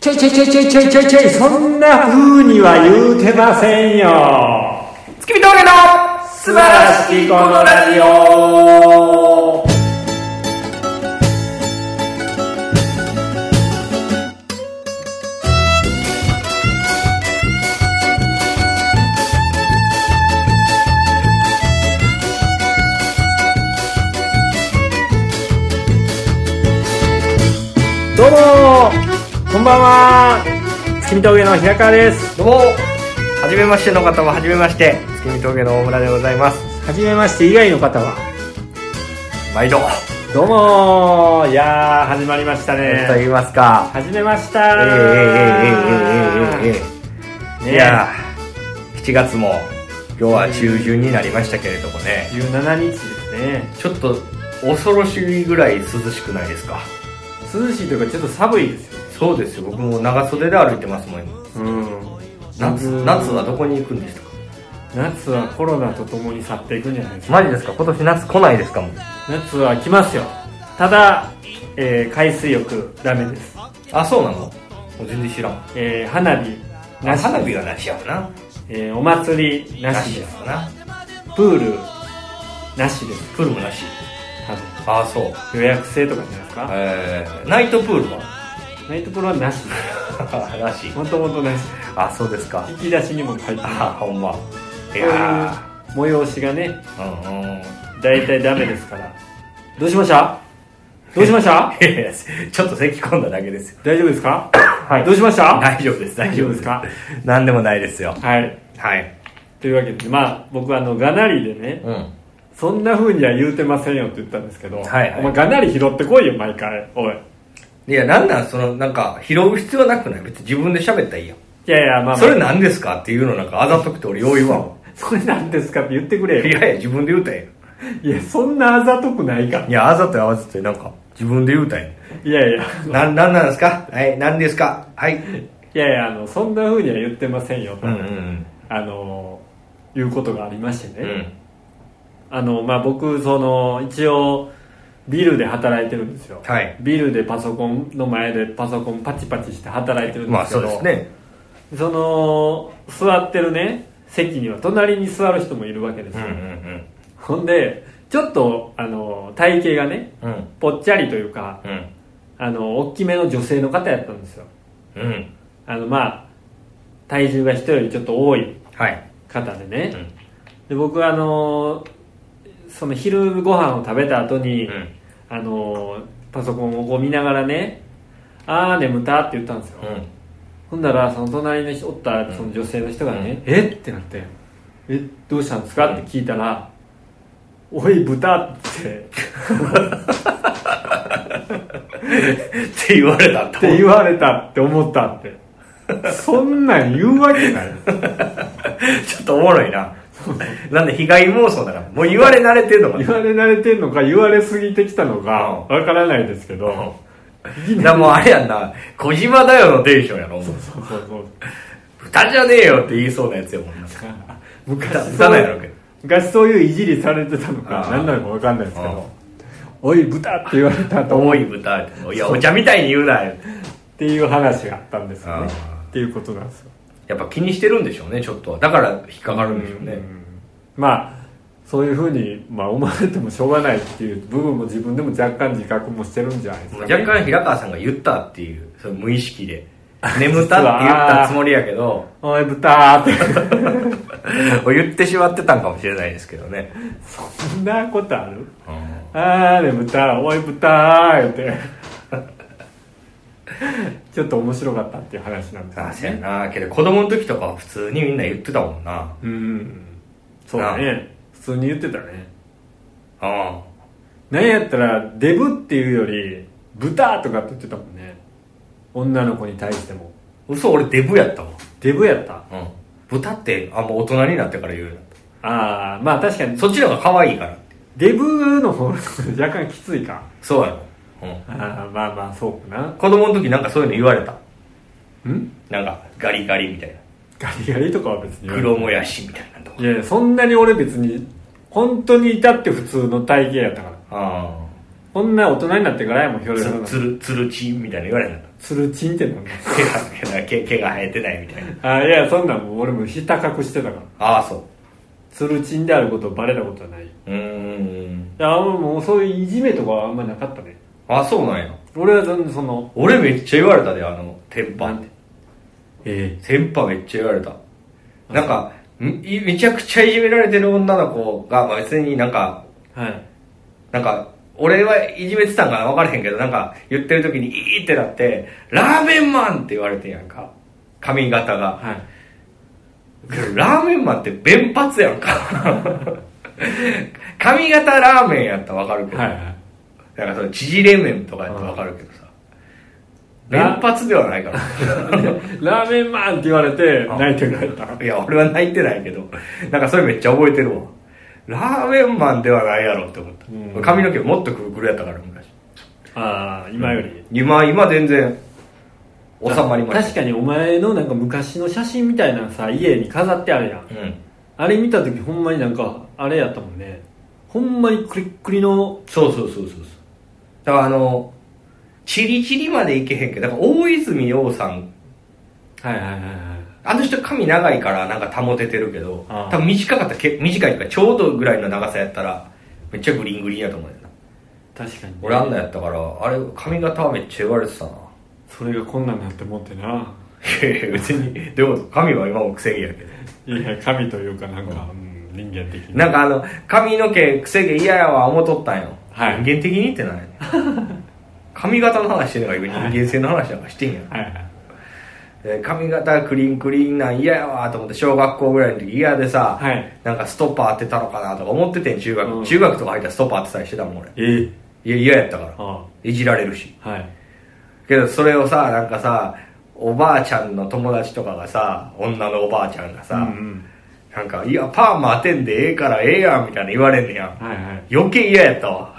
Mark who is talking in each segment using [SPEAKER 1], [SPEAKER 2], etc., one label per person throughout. [SPEAKER 1] ちょいちょいちょいちょいちょいちょいちょいそんな風には言うてませんよ
[SPEAKER 2] 月見峠の素晴らしいこのラジオ
[SPEAKER 1] どうもこんばんは月見峠の平川です
[SPEAKER 2] どうもはじめましての方ははじめまして月見峠の大村でございます
[SPEAKER 1] はじめまして以外の方は
[SPEAKER 2] 毎度と
[SPEAKER 1] どうもいやー始まりました
[SPEAKER 2] 言い
[SPEAKER 1] ね
[SPEAKER 2] ますか
[SPEAKER 1] 始めまし
[SPEAKER 2] え
[SPEAKER 1] た
[SPEAKER 2] え
[SPEAKER 1] ね
[SPEAKER 2] えええええええええいやー7月も今日は中旬になりましたけれどもね
[SPEAKER 1] 17日ですね
[SPEAKER 2] ちょっと恐ろしいぐらい涼しくないですか
[SPEAKER 1] 涼しいというかちょっと寒いですよ
[SPEAKER 2] そうですよ僕も長袖で歩いてますもん今
[SPEAKER 1] うん
[SPEAKER 2] 夏
[SPEAKER 1] うん
[SPEAKER 2] 夏はどこに行くんですか
[SPEAKER 1] 夏はコロナとともに去っていくんじゃないですか
[SPEAKER 2] マジですか今年夏来ないですかもう
[SPEAKER 1] 夏は来ますよただ、えー海水浴ダメです、
[SPEAKER 2] あそうなのもう全然知らん
[SPEAKER 1] えー花火な
[SPEAKER 2] あ
[SPEAKER 1] し
[SPEAKER 2] 花火はなしやわな
[SPEAKER 1] えーお祭りな
[SPEAKER 2] な
[SPEAKER 1] し
[SPEAKER 2] し
[SPEAKER 1] で
[SPEAKER 2] や
[SPEAKER 1] す
[SPEAKER 2] わな
[SPEAKER 1] プールなしです
[SPEAKER 2] プールもなし
[SPEAKER 1] 多
[SPEAKER 2] ああそう
[SPEAKER 1] 分予約制とかじゃないですか、
[SPEAKER 2] えー、ナイトプールは
[SPEAKER 1] ナイトプロはなしで
[SPEAKER 2] なし
[SPEAKER 1] すもともとなし
[SPEAKER 2] あそうですか
[SPEAKER 1] 引き出しにも書いてない
[SPEAKER 2] あほんまい
[SPEAKER 1] こういう
[SPEAKER 2] や
[SPEAKER 1] 催しがね
[SPEAKER 2] ーうんうん
[SPEAKER 1] 大体ダメですからどうしましたどうしました
[SPEAKER 2] いやいやちょっと咳込んだだけですよ
[SPEAKER 1] 大丈夫ですか、
[SPEAKER 2] はい
[SPEAKER 1] どうしました
[SPEAKER 2] 大丈夫です大丈夫です
[SPEAKER 1] 大丈夫で
[SPEAKER 2] 何でもないですよ
[SPEAKER 1] はい
[SPEAKER 2] はい
[SPEAKER 1] というわけでまあ僕はあのがなりでね、
[SPEAKER 2] うん
[SPEAKER 1] そんな風には言うてませんよって言ったんですけど、
[SPEAKER 2] はいはい
[SPEAKER 1] お前がなり拾ってこいよ毎回おい
[SPEAKER 2] いやなんなんそのなんか拾う必要なくない別に自分で喋ったらいいやん
[SPEAKER 1] いやいやまあ、まあ、
[SPEAKER 2] それ何ですかっていうのなんかあざとくて俺よう言わん
[SPEAKER 1] それなんですかって言ってくれ
[SPEAKER 2] い
[SPEAKER 1] よ
[SPEAKER 2] やいや自分で言うたらえ
[SPEAKER 1] いやそんなあざとくないか
[SPEAKER 2] えやんいやあざとやあざとやなんか自分で言うたらえ
[SPEAKER 1] いやいや
[SPEAKER 2] えやんななんなんですかはい何ですかはい
[SPEAKER 1] いやいやあのそんな風には言ってませんよと、
[SPEAKER 2] うんうん
[SPEAKER 1] あのいうことがありまして
[SPEAKER 2] うんう
[SPEAKER 1] ね、
[SPEAKER 2] ん
[SPEAKER 1] あのまあ僕その一応ビルで働いてるんですよ、
[SPEAKER 2] はい
[SPEAKER 1] ビルでパソコンの前でパソコンパチパチして働いてるん
[SPEAKER 2] ま
[SPEAKER 1] で
[SPEAKER 2] あ
[SPEAKER 1] すけど、
[SPEAKER 2] そうですね
[SPEAKER 1] その座ってるね席には隣に座る人もいるわけです
[SPEAKER 2] うん
[SPEAKER 1] よ、
[SPEAKER 2] うん
[SPEAKER 1] ほんでちょっとあの体型がね
[SPEAKER 2] うんうん
[SPEAKER 1] ぽっちゃりというか
[SPEAKER 2] うん
[SPEAKER 1] あの大きめの女性の方やったんですよ
[SPEAKER 2] うん
[SPEAKER 1] あのまあ体重が人よりちょっと多い
[SPEAKER 2] はい
[SPEAKER 1] 方で
[SPEAKER 2] う
[SPEAKER 1] ね、
[SPEAKER 2] ん
[SPEAKER 1] で僕はあのその昼ご飯を食べた後に、
[SPEAKER 2] うん
[SPEAKER 1] あのパソコンをこう見ながらね「ああ眠た」って言ったんですよ、
[SPEAKER 2] うん
[SPEAKER 1] ほんならその隣の人おったその女性の人がね「えっ?」てなって「えどうしたんですか?」って聞いたら「おい豚」って
[SPEAKER 2] って言われたっ
[SPEAKER 1] って言われたって思ったってそんなん言うわけない
[SPEAKER 2] ちょっとおもろいな。なんで被害妄想だから。もう言われ慣れてんのか
[SPEAKER 1] 言
[SPEAKER 2] な。
[SPEAKER 1] われ慣れてんのか言われすぎてきたのか
[SPEAKER 2] うん
[SPEAKER 1] わからないですけど
[SPEAKER 2] なもうあれやんな。小島だよのテンションやろ。もう
[SPEAKER 1] そうそうそう
[SPEAKER 2] 豚じゃねえよって言いそうなやつやもんな。
[SPEAKER 1] 昔
[SPEAKER 2] 豚
[SPEAKER 1] そう
[SPEAKER 2] 豚なんやろうけど。
[SPEAKER 1] 昔そういういじりされてたのか
[SPEAKER 2] あー
[SPEAKER 1] 何なのかわかんないですけ
[SPEAKER 2] うん
[SPEAKER 1] ど「おい豚」って言われたと思
[SPEAKER 2] 多
[SPEAKER 1] う
[SPEAKER 2] い
[SPEAKER 1] っ
[SPEAKER 2] 豚って。いや、お茶みたいに言うなよ。
[SPEAKER 1] ていう話があったんですよね
[SPEAKER 2] あ
[SPEAKER 1] っていうことなんですよ
[SPEAKER 2] やっぱ気にしてるんでしょうね、ちょっと。だから引っかかるんでしょうね。
[SPEAKER 1] まあそういうふうに、まあ、思われてもしょうがないっていう部分も自分でも若干自覚もしてるんじゃないです
[SPEAKER 2] もう
[SPEAKER 1] か、
[SPEAKER 2] 若干平川さんが言ったっていう、その無意識で。眠たって言ったつもりやけど、
[SPEAKER 1] おい豚ーって
[SPEAKER 2] 言ってしまってたんかもしれないですけどね。
[SPEAKER 1] そんなことある
[SPEAKER 2] うん
[SPEAKER 1] あーで豚おい豚ーってちょっと面白かったっていう話なんですよ
[SPEAKER 2] あそうやなけど子供の時とかは普通にみんな言ってたもんな
[SPEAKER 1] うんそうだね普通に言ってたね
[SPEAKER 2] うん
[SPEAKER 1] なんやったらデブっていうより豚とかって言ってたもんね女の子に対しても
[SPEAKER 2] 嘘俺デブやったわ
[SPEAKER 1] デブやった
[SPEAKER 2] うん豚ってあんま大人になってから言うようになっ
[SPEAKER 1] ああまあ確かに
[SPEAKER 2] たそっちの方が可愛いからって
[SPEAKER 1] デブの方が若干きついか
[SPEAKER 2] そうやろ、うん、
[SPEAKER 1] ああまあまあそうかな
[SPEAKER 2] 子供の時なんかそういうの言われた
[SPEAKER 1] ん
[SPEAKER 2] なんかガリガリみたい
[SPEAKER 1] ガリガリとかは別に
[SPEAKER 2] な黒もやしみたいなとか
[SPEAKER 1] いやいやそんなに俺別に本当にいたって普通の体型やったから
[SPEAKER 2] あ
[SPEAKER 1] こんな大人になってからやもんひょ
[SPEAKER 2] あ
[SPEAKER 1] ろひょ
[SPEAKER 2] つ
[SPEAKER 1] ろな
[SPEAKER 2] つるつるちみたいなの言われなかっ
[SPEAKER 1] つるちんってなんだ
[SPEAKER 2] 毛が毛毛が生えてないみたいな
[SPEAKER 1] あいやそんなんもう俺もひた隠してたから
[SPEAKER 2] ああそ
[SPEAKER 1] つるちんであることバレたことはないい
[SPEAKER 2] うんうん
[SPEAKER 1] やもうそういういじめとかはあんまなかったね
[SPEAKER 2] あそうなんや
[SPEAKER 1] 俺は全然その
[SPEAKER 2] 俺めっちゃ言われたであの天パ
[SPEAKER 1] な
[SPEAKER 2] っ
[SPEAKER 1] ん
[SPEAKER 2] て
[SPEAKER 1] てえ
[SPEAKER 2] 先輩めっちゃ言われた。なんか、んいめちゃくちゃいじめられてる女の子が、まあ、別になんか、
[SPEAKER 1] えはい
[SPEAKER 2] なんか、俺はいじめてたんかな分からへんけど、なんか言ってる時にいいってなって、ラーメンマンって言われてんやんか。髪型が。
[SPEAKER 1] はい
[SPEAKER 2] けどラーメンマンって弁髪やんか。 髪型ラーメンやったら分かるけど。
[SPEAKER 1] はいはい
[SPEAKER 2] なんかその縮れ麺とかやったら分かるけどさ。弁髪ではないから。
[SPEAKER 1] ラーメンマンって言われて
[SPEAKER 2] あ
[SPEAKER 1] 泣いてくれた
[SPEAKER 2] いや、俺は泣いてないけど、なんかそれめっちゃ覚えてるわ。ラーメンマンではないやろって思った。
[SPEAKER 1] うん
[SPEAKER 2] 髪の毛もっとくるくるやったから、昔。
[SPEAKER 1] ああ今より
[SPEAKER 2] 今、今全然、収まりまし
[SPEAKER 1] 確かにお前のなんか昔の写真みたいなのさ家に飾ってあるやん
[SPEAKER 2] た。うん。
[SPEAKER 1] あれ見た時ほんまになんかあれやったもんねほんまにクリックリの
[SPEAKER 2] そうそうそうそうそう。だからあの、チリチリまでいけへんけど、だから大泉洋さん、
[SPEAKER 1] はいはいはいはい
[SPEAKER 2] あの人髪長いからなんか保ててるけど、
[SPEAKER 1] ああ
[SPEAKER 2] 多分短かったらけ、短いというかちょうどぐらいの長さやったら、めっちゃグリーングリーンやと思うよな。
[SPEAKER 1] 確かにね、
[SPEAKER 2] 俺あんなやったから、あれ髪型はめっちゃ言われてたな。
[SPEAKER 1] それがこんなんなって思ってない
[SPEAKER 2] やいや 別にどういうこと髪は今もくせ毛やけど
[SPEAKER 1] いや神というかなんか、うん、人間的に
[SPEAKER 2] なんかあの髪の毛くせ毛嫌やわ思っとったんよ、
[SPEAKER 1] はい
[SPEAKER 2] 人間的にってなんやねん 髪型の話してんのか今人間性の話なんかしてんやん、
[SPEAKER 1] はいはい
[SPEAKER 2] で髪型クリンクリンなん嫌やわと思って小学校ぐらいの時嫌でさ、
[SPEAKER 1] はい
[SPEAKER 2] なんかストッパー当てたのかなとか思っててん中学、
[SPEAKER 1] うん
[SPEAKER 2] 中学とか入ったらストッパー当てたりしてたもん俺
[SPEAKER 1] ええ
[SPEAKER 2] いや嫌やったから
[SPEAKER 1] あ
[SPEAKER 2] いじられるし
[SPEAKER 1] あはい
[SPEAKER 2] けどそれをさなんかさおばあちゃんの友達とかがさ女のおばあちゃんがさ、
[SPEAKER 1] うんうん
[SPEAKER 2] なんか、いや、パーマ当てんでええからええやん、みたいな言われんねやん。
[SPEAKER 1] はいはい
[SPEAKER 2] 余計嫌やった わ。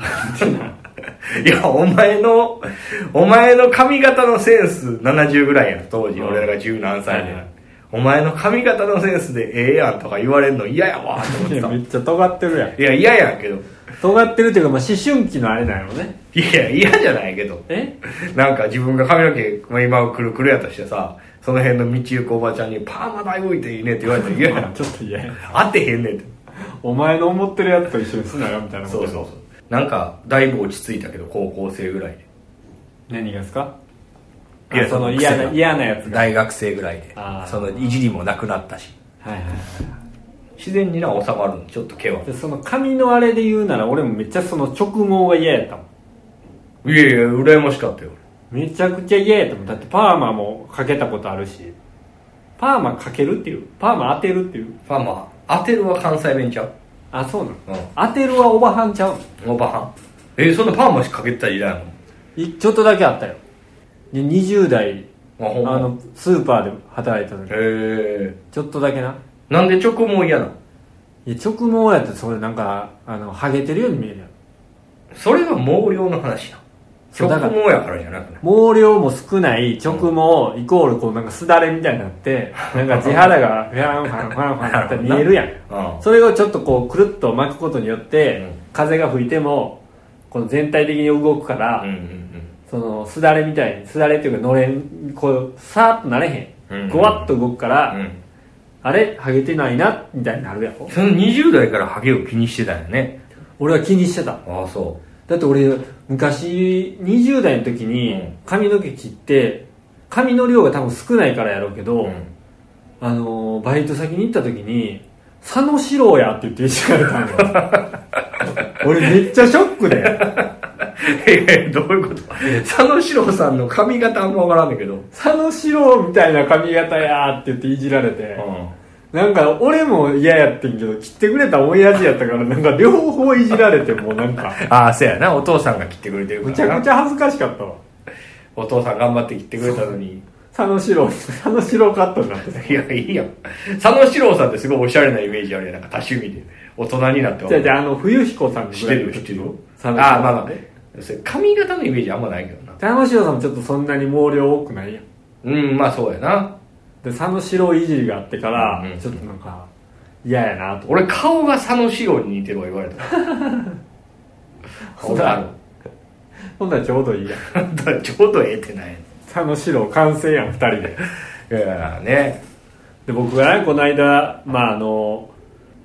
[SPEAKER 2] いや、お前の、お前の髪型のセンス70ぐらいやん、当時。
[SPEAKER 1] うん
[SPEAKER 2] 俺らが十何歳で、
[SPEAKER 1] はいはい
[SPEAKER 2] お前の髪型のセンスでええやんとか言われんの嫌やわ、と思っ
[SPEAKER 1] い
[SPEAKER 2] て
[SPEAKER 1] や
[SPEAKER 2] た。
[SPEAKER 1] めっちゃ尖ってるやん
[SPEAKER 2] いや、嫌やんけど。
[SPEAKER 1] 尖ってるっていうか、まあ、思春期のあれなんやろね
[SPEAKER 2] いや、嫌じゃないけど。
[SPEAKER 1] え
[SPEAKER 2] なんか自分が髪の毛、まあ今くるくるやとしてさ、その辺の道行くおばちゃんにパーマ大動いていいねって言われ たら嫌やん。
[SPEAKER 1] ちょっと嫌や
[SPEAKER 2] 当てへんねんって。
[SPEAKER 1] お前の思ってるやつと一緒にすなよみたいな
[SPEAKER 2] そうそうそうなんかだいぶ落ち着いたけど高校生ぐらいで
[SPEAKER 1] 何がですか
[SPEAKER 2] いや
[SPEAKER 1] あその
[SPEAKER 2] その
[SPEAKER 1] 嫌な
[SPEAKER 2] 癖が
[SPEAKER 1] 嫌なやつが
[SPEAKER 2] 大学生ぐらいで
[SPEAKER 1] あー
[SPEAKER 2] そのいじりもなくなったし
[SPEAKER 1] はいはい
[SPEAKER 2] 自然にな収まるのちょっと毛は
[SPEAKER 1] でその髪のあれで言うなら俺もめっちゃその直毛が嫌やったもん
[SPEAKER 2] いやいや羨ましかったよ
[SPEAKER 1] めちゃくちゃ嫌やったもんだってパーマもかけたことあるしパーマかけるっていうパーマ当てるっていう
[SPEAKER 2] ファンは当てるは関西弁ちゃう
[SPEAKER 1] あそうなの、
[SPEAKER 2] うん
[SPEAKER 1] 当てるはおばはんちゃうの
[SPEAKER 2] おばはんえそんなパーマしかけてたりない
[SPEAKER 1] いちょっとだけあったよで20代
[SPEAKER 2] の
[SPEAKER 1] あ
[SPEAKER 2] あほんま
[SPEAKER 1] のスーパーで働いた時
[SPEAKER 2] へえ
[SPEAKER 1] ちょっとだけな
[SPEAKER 2] なんでチョコも嫌なの
[SPEAKER 1] いや直毛やったらそれなんかあのハゲてるように見えるやん
[SPEAKER 2] それは毛量の話やんチ
[SPEAKER 1] そうだ
[SPEAKER 2] ョ
[SPEAKER 1] から
[SPEAKER 2] コもやからじゃなくない
[SPEAKER 1] 毛量も少ない直毛イコールこうなんかすだれみたいになってなんか地肌がファンファンファンファンって見えるやん
[SPEAKER 2] うん
[SPEAKER 1] それをちょっとこうくるっと巻くことによって、
[SPEAKER 2] うん
[SPEAKER 1] 風が吹いてもこの全体的に動くから、
[SPEAKER 2] うんうん
[SPEAKER 1] そのすだれみたいにすだれっていうかのれんこうさーっとなれへん、
[SPEAKER 2] うん
[SPEAKER 1] ごわっと動くから、
[SPEAKER 2] うんうん
[SPEAKER 1] あれハゲてないなみたいになるやろ
[SPEAKER 2] その20代からハゲを気にしてたよね
[SPEAKER 1] 俺は気にしてた
[SPEAKER 2] ああそ
[SPEAKER 1] だって俺昔20代の時
[SPEAKER 2] う
[SPEAKER 1] に
[SPEAKER 2] ん
[SPEAKER 1] 髪の毛切って髪の量が多分少ないからやろうけ
[SPEAKER 2] う
[SPEAKER 1] ど、
[SPEAKER 2] うん
[SPEAKER 1] あのーバイト先に行った時に「佐野史郎や」って言っていじられたんだ 俺めっちゃショックだよ
[SPEAKER 2] いや いやどういうこと佐野史郎さんの髪型あんまわからんねんけど、
[SPEAKER 1] 佐野史郎みたいな髪型やーって言っていじられて、なんか俺も嫌やってんけど切ってくれた親父やったからなんか両方いじられてもうなんか
[SPEAKER 2] ああそうやなお父さんが切ってくれてる
[SPEAKER 1] む
[SPEAKER 2] か
[SPEAKER 1] ちゃ
[SPEAKER 2] ら
[SPEAKER 1] く
[SPEAKER 2] な
[SPEAKER 1] ちゃ恥ずかしかったわ
[SPEAKER 2] お父さん頑張って切ってくれたのに
[SPEAKER 1] 佐野史郎佐野史郎カットになってた
[SPEAKER 2] いやいいやん佐野史郎さんってすごいおしゃれなイメージあるやんなんか多趣味で大人になって
[SPEAKER 1] じゃあじゃああの冬彦さん
[SPEAKER 2] 知
[SPEAKER 1] ぐ
[SPEAKER 2] って
[SPEAKER 1] らいの
[SPEAKER 2] る
[SPEAKER 1] 時
[SPEAKER 2] 知ってるよ
[SPEAKER 1] 佐
[SPEAKER 2] ああ
[SPEAKER 1] 野史郎
[SPEAKER 2] まあまあそれ髪型のイメージあんまないけどな
[SPEAKER 1] 佐野史郎さんもちょっとそんなに毛量多くないやん
[SPEAKER 2] うんまあそうやな
[SPEAKER 1] で佐野史郎いじりがあってから、
[SPEAKER 2] うんうん
[SPEAKER 1] ちょっとなんか嫌やなと
[SPEAKER 2] 俺顔が佐野史郎に似てるわ言われ た
[SPEAKER 1] ほんならほんならちょうどいいやん
[SPEAKER 2] あんたちょうどええってない
[SPEAKER 1] 佐北の白完成やん2人で
[SPEAKER 2] いやね
[SPEAKER 1] で僕がねこの間まああの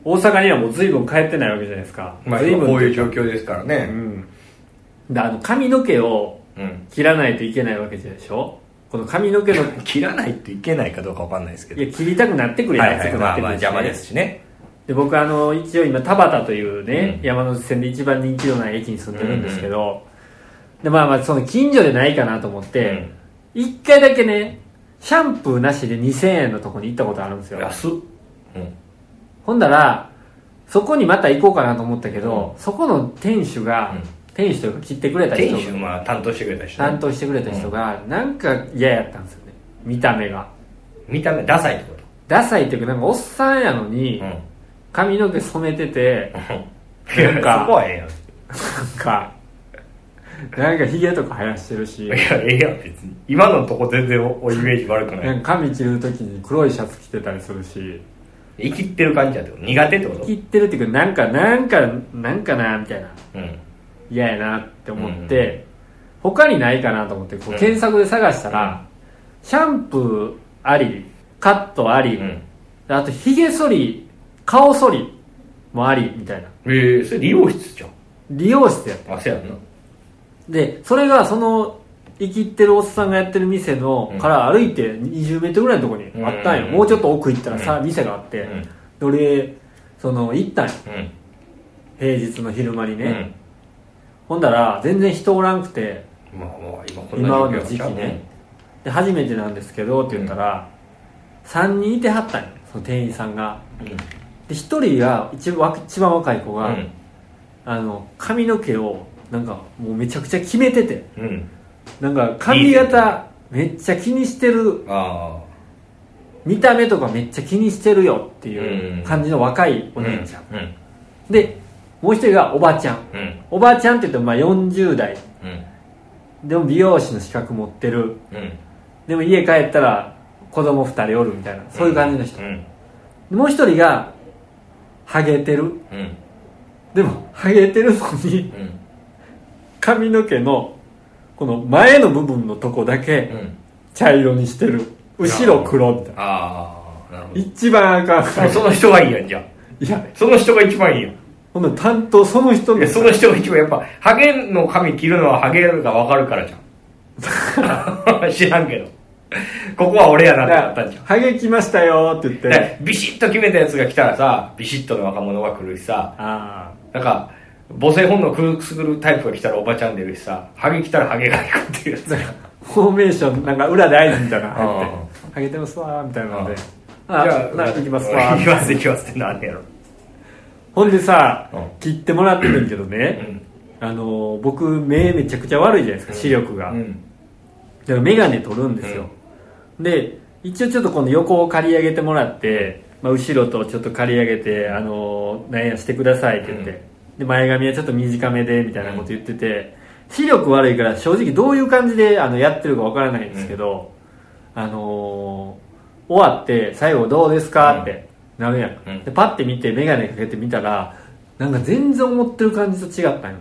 [SPEAKER 1] 大阪にはもう随分帰ってないわけじゃないですか、
[SPEAKER 2] まあ
[SPEAKER 1] 随
[SPEAKER 2] 今
[SPEAKER 1] 分
[SPEAKER 2] こういう状況ですから
[SPEAKER 1] う
[SPEAKER 2] ね
[SPEAKER 1] んであの髪の毛を
[SPEAKER 2] うん
[SPEAKER 1] 切らないといけないわけでしょこの髪の毛の
[SPEAKER 2] 切らないといけないかどうかわかんないですけ
[SPEAKER 1] い
[SPEAKER 2] ど
[SPEAKER 1] や切りたくなってくるやん
[SPEAKER 2] はいはい
[SPEAKER 1] 熱く
[SPEAKER 2] ま
[SPEAKER 1] なっ
[SPEAKER 2] あ
[SPEAKER 1] て
[SPEAKER 2] ま
[SPEAKER 1] くる
[SPEAKER 2] あ
[SPEAKER 1] しね
[SPEAKER 2] 邪魔ですしね
[SPEAKER 1] で僕あの一応今田端というね、
[SPEAKER 2] うん
[SPEAKER 1] 山手線で一番人気のない駅に住んでるんですけど、でまあまあその近所でないかなと思って、一回だけねシャンプーなしで2000円のとこに行ったことあるんですよ
[SPEAKER 2] 安っうん
[SPEAKER 1] ほんだらそこにまた行こうかなと思ったけど、そこの店主が、
[SPEAKER 2] うん
[SPEAKER 1] 店主というか切ってくれた人
[SPEAKER 2] 店
[SPEAKER 1] が
[SPEAKER 2] 主まあ担当してくれた人ね
[SPEAKER 1] 担当してくれた人が、なんか嫌やったんですよね見た目が
[SPEAKER 2] 見た目ダサいってこと
[SPEAKER 1] ダサいっていうかなんかおっさんやのに、
[SPEAKER 2] うん
[SPEAKER 1] 髪の毛染めてて
[SPEAKER 2] いや
[SPEAKER 1] なんか
[SPEAKER 2] そこはえ
[SPEAKER 1] なんか、なんかヒゲとか生やしてるし
[SPEAKER 2] えやん、いやええやん別に今のとこ全然おおイメージ悪くな
[SPEAKER 1] ないんか髪切る時に黒いシャツ着てたりするし、
[SPEAKER 2] 生きってる感じだってこと苦手ってこと
[SPEAKER 1] 切ってるっていうか、なんか、なんか、なんかな、みたいな、
[SPEAKER 2] うん
[SPEAKER 1] 嫌やなって思って、他にないかなと思って、こう検索で探したら、シャンプーあり、カットあり、
[SPEAKER 2] うん
[SPEAKER 1] あとヒゲ剃り、顔剃りもあり、みたいな。
[SPEAKER 2] ええそれ理容室じゃん
[SPEAKER 1] 利用室やって。
[SPEAKER 2] あそうやんな
[SPEAKER 1] で、それがその、生きってるおっさんがやってる店の、
[SPEAKER 2] うん
[SPEAKER 1] から歩いて20メートルぐらいのとこにあったんよ。
[SPEAKER 2] うん
[SPEAKER 1] もうちょっと奥行ったらさ、
[SPEAKER 2] う
[SPEAKER 1] 店があって。
[SPEAKER 2] うん
[SPEAKER 1] で、俺、その、行ったんよ。
[SPEAKER 2] うん
[SPEAKER 1] 平日の昼間にね。
[SPEAKER 2] うん
[SPEAKER 1] ほんだら、全然人おらんくて、
[SPEAKER 2] まあまあ今こんな
[SPEAKER 1] 今の
[SPEAKER 2] 状況
[SPEAKER 1] 時
[SPEAKER 2] ち
[SPEAKER 1] 期
[SPEAKER 2] ゃう
[SPEAKER 1] ね。で、初めてなんですけど、って言ったら、3人いてはったんよ。その店員さんが。で、1人が、一番一番若い子
[SPEAKER 2] う
[SPEAKER 1] が、
[SPEAKER 2] ん
[SPEAKER 1] あの、髪の毛を、なんか、もうめちゃくちゃ決めてて。
[SPEAKER 2] うんうん
[SPEAKER 1] なんか、髪型、めっちゃ気にしてる
[SPEAKER 2] あ
[SPEAKER 1] 見た目とかめっちゃ気にしてるよっていう感じの若い
[SPEAKER 2] あ
[SPEAKER 1] お姉ちゃん、
[SPEAKER 2] うん
[SPEAKER 1] でもう一人がおばちゃん
[SPEAKER 2] うん
[SPEAKER 1] おばちゃんって言ってもまあ40代
[SPEAKER 2] うん
[SPEAKER 1] でも美容師の資格持ってる
[SPEAKER 2] うん
[SPEAKER 1] でも家帰ったら子供2人おるみたいなそういう感じの人
[SPEAKER 2] う、ん
[SPEAKER 1] もう一人がハゲてる
[SPEAKER 2] うん
[SPEAKER 1] でもハゲてるのに
[SPEAKER 2] うん
[SPEAKER 1] 髪の毛のこの前の部分のとこだけ
[SPEAKER 2] うん
[SPEAKER 1] 茶色にしてる後ろ黒みたいな
[SPEAKER 2] ああなるほど
[SPEAKER 1] 一番あかん
[SPEAKER 2] あその人がいいやんじゃあ
[SPEAKER 1] いや
[SPEAKER 2] その人が一番いいやん
[SPEAKER 1] ほんなら担当その人
[SPEAKER 2] い
[SPEAKER 1] の
[SPEAKER 2] やその人が一番やっぱハゲの髪切るのはハゲるが分かるからじゃ ん知らんけどここは俺やなってなったんじゃん
[SPEAKER 1] ハゲきましたよって言っ
[SPEAKER 2] だから
[SPEAKER 1] て
[SPEAKER 2] ビシッと決めたやつが来たらさビシッとの若者が来るしさ
[SPEAKER 1] あ
[SPEAKER 2] なんか母性本能くすぐるタイプが来たらおばちゃん出るしさハゲ来たらハゲが行くっていうやつが
[SPEAKER 1] あフォーメーションなんか裏で合図みたいなの入
[SPEAKER 2] うん
[SPEAKER 1] って「ハゲてますわ」みたいなので「
[SPEAKER 2] じ
[SPEAKER 1] ああな行きますわ
[SPEAKER 2] 行き」ます行きますってなんねやろ
[SPEAKER 1] ほんでさ
[SPEAKER 2] うん
[SPEAKER 1] 切ってもらってるけど
[SPEAKER 2] う
[SPEAKER 1] ね
[SPEAKER 2] ん
[SPEAKER 1] あのー僕目めちゃくちゃ悪いじゃないですか視力が
[SPEAKER 2] うん
[SPEAKER 1] だから眼鏡取るんですよで一応ちょっとこの横を刈り上げてもらって、まあ、後ろとちょっと刈り上げて「あのー、なんやしてください」って言って、
[SPEAKER 2] うん
[SPEAKER 1] で前髪はちょっと短めでみたいなこと言ってて、視力悪いから正直どういう感じであのやってるかわからないんですけど、あのー終わって最後どうですかってなるやん、
[SPEAKER 2] うん
[SPEAKER 1] でパッて見て眼鏡かけてみたらなんか全然思ってる感じと違ったんよね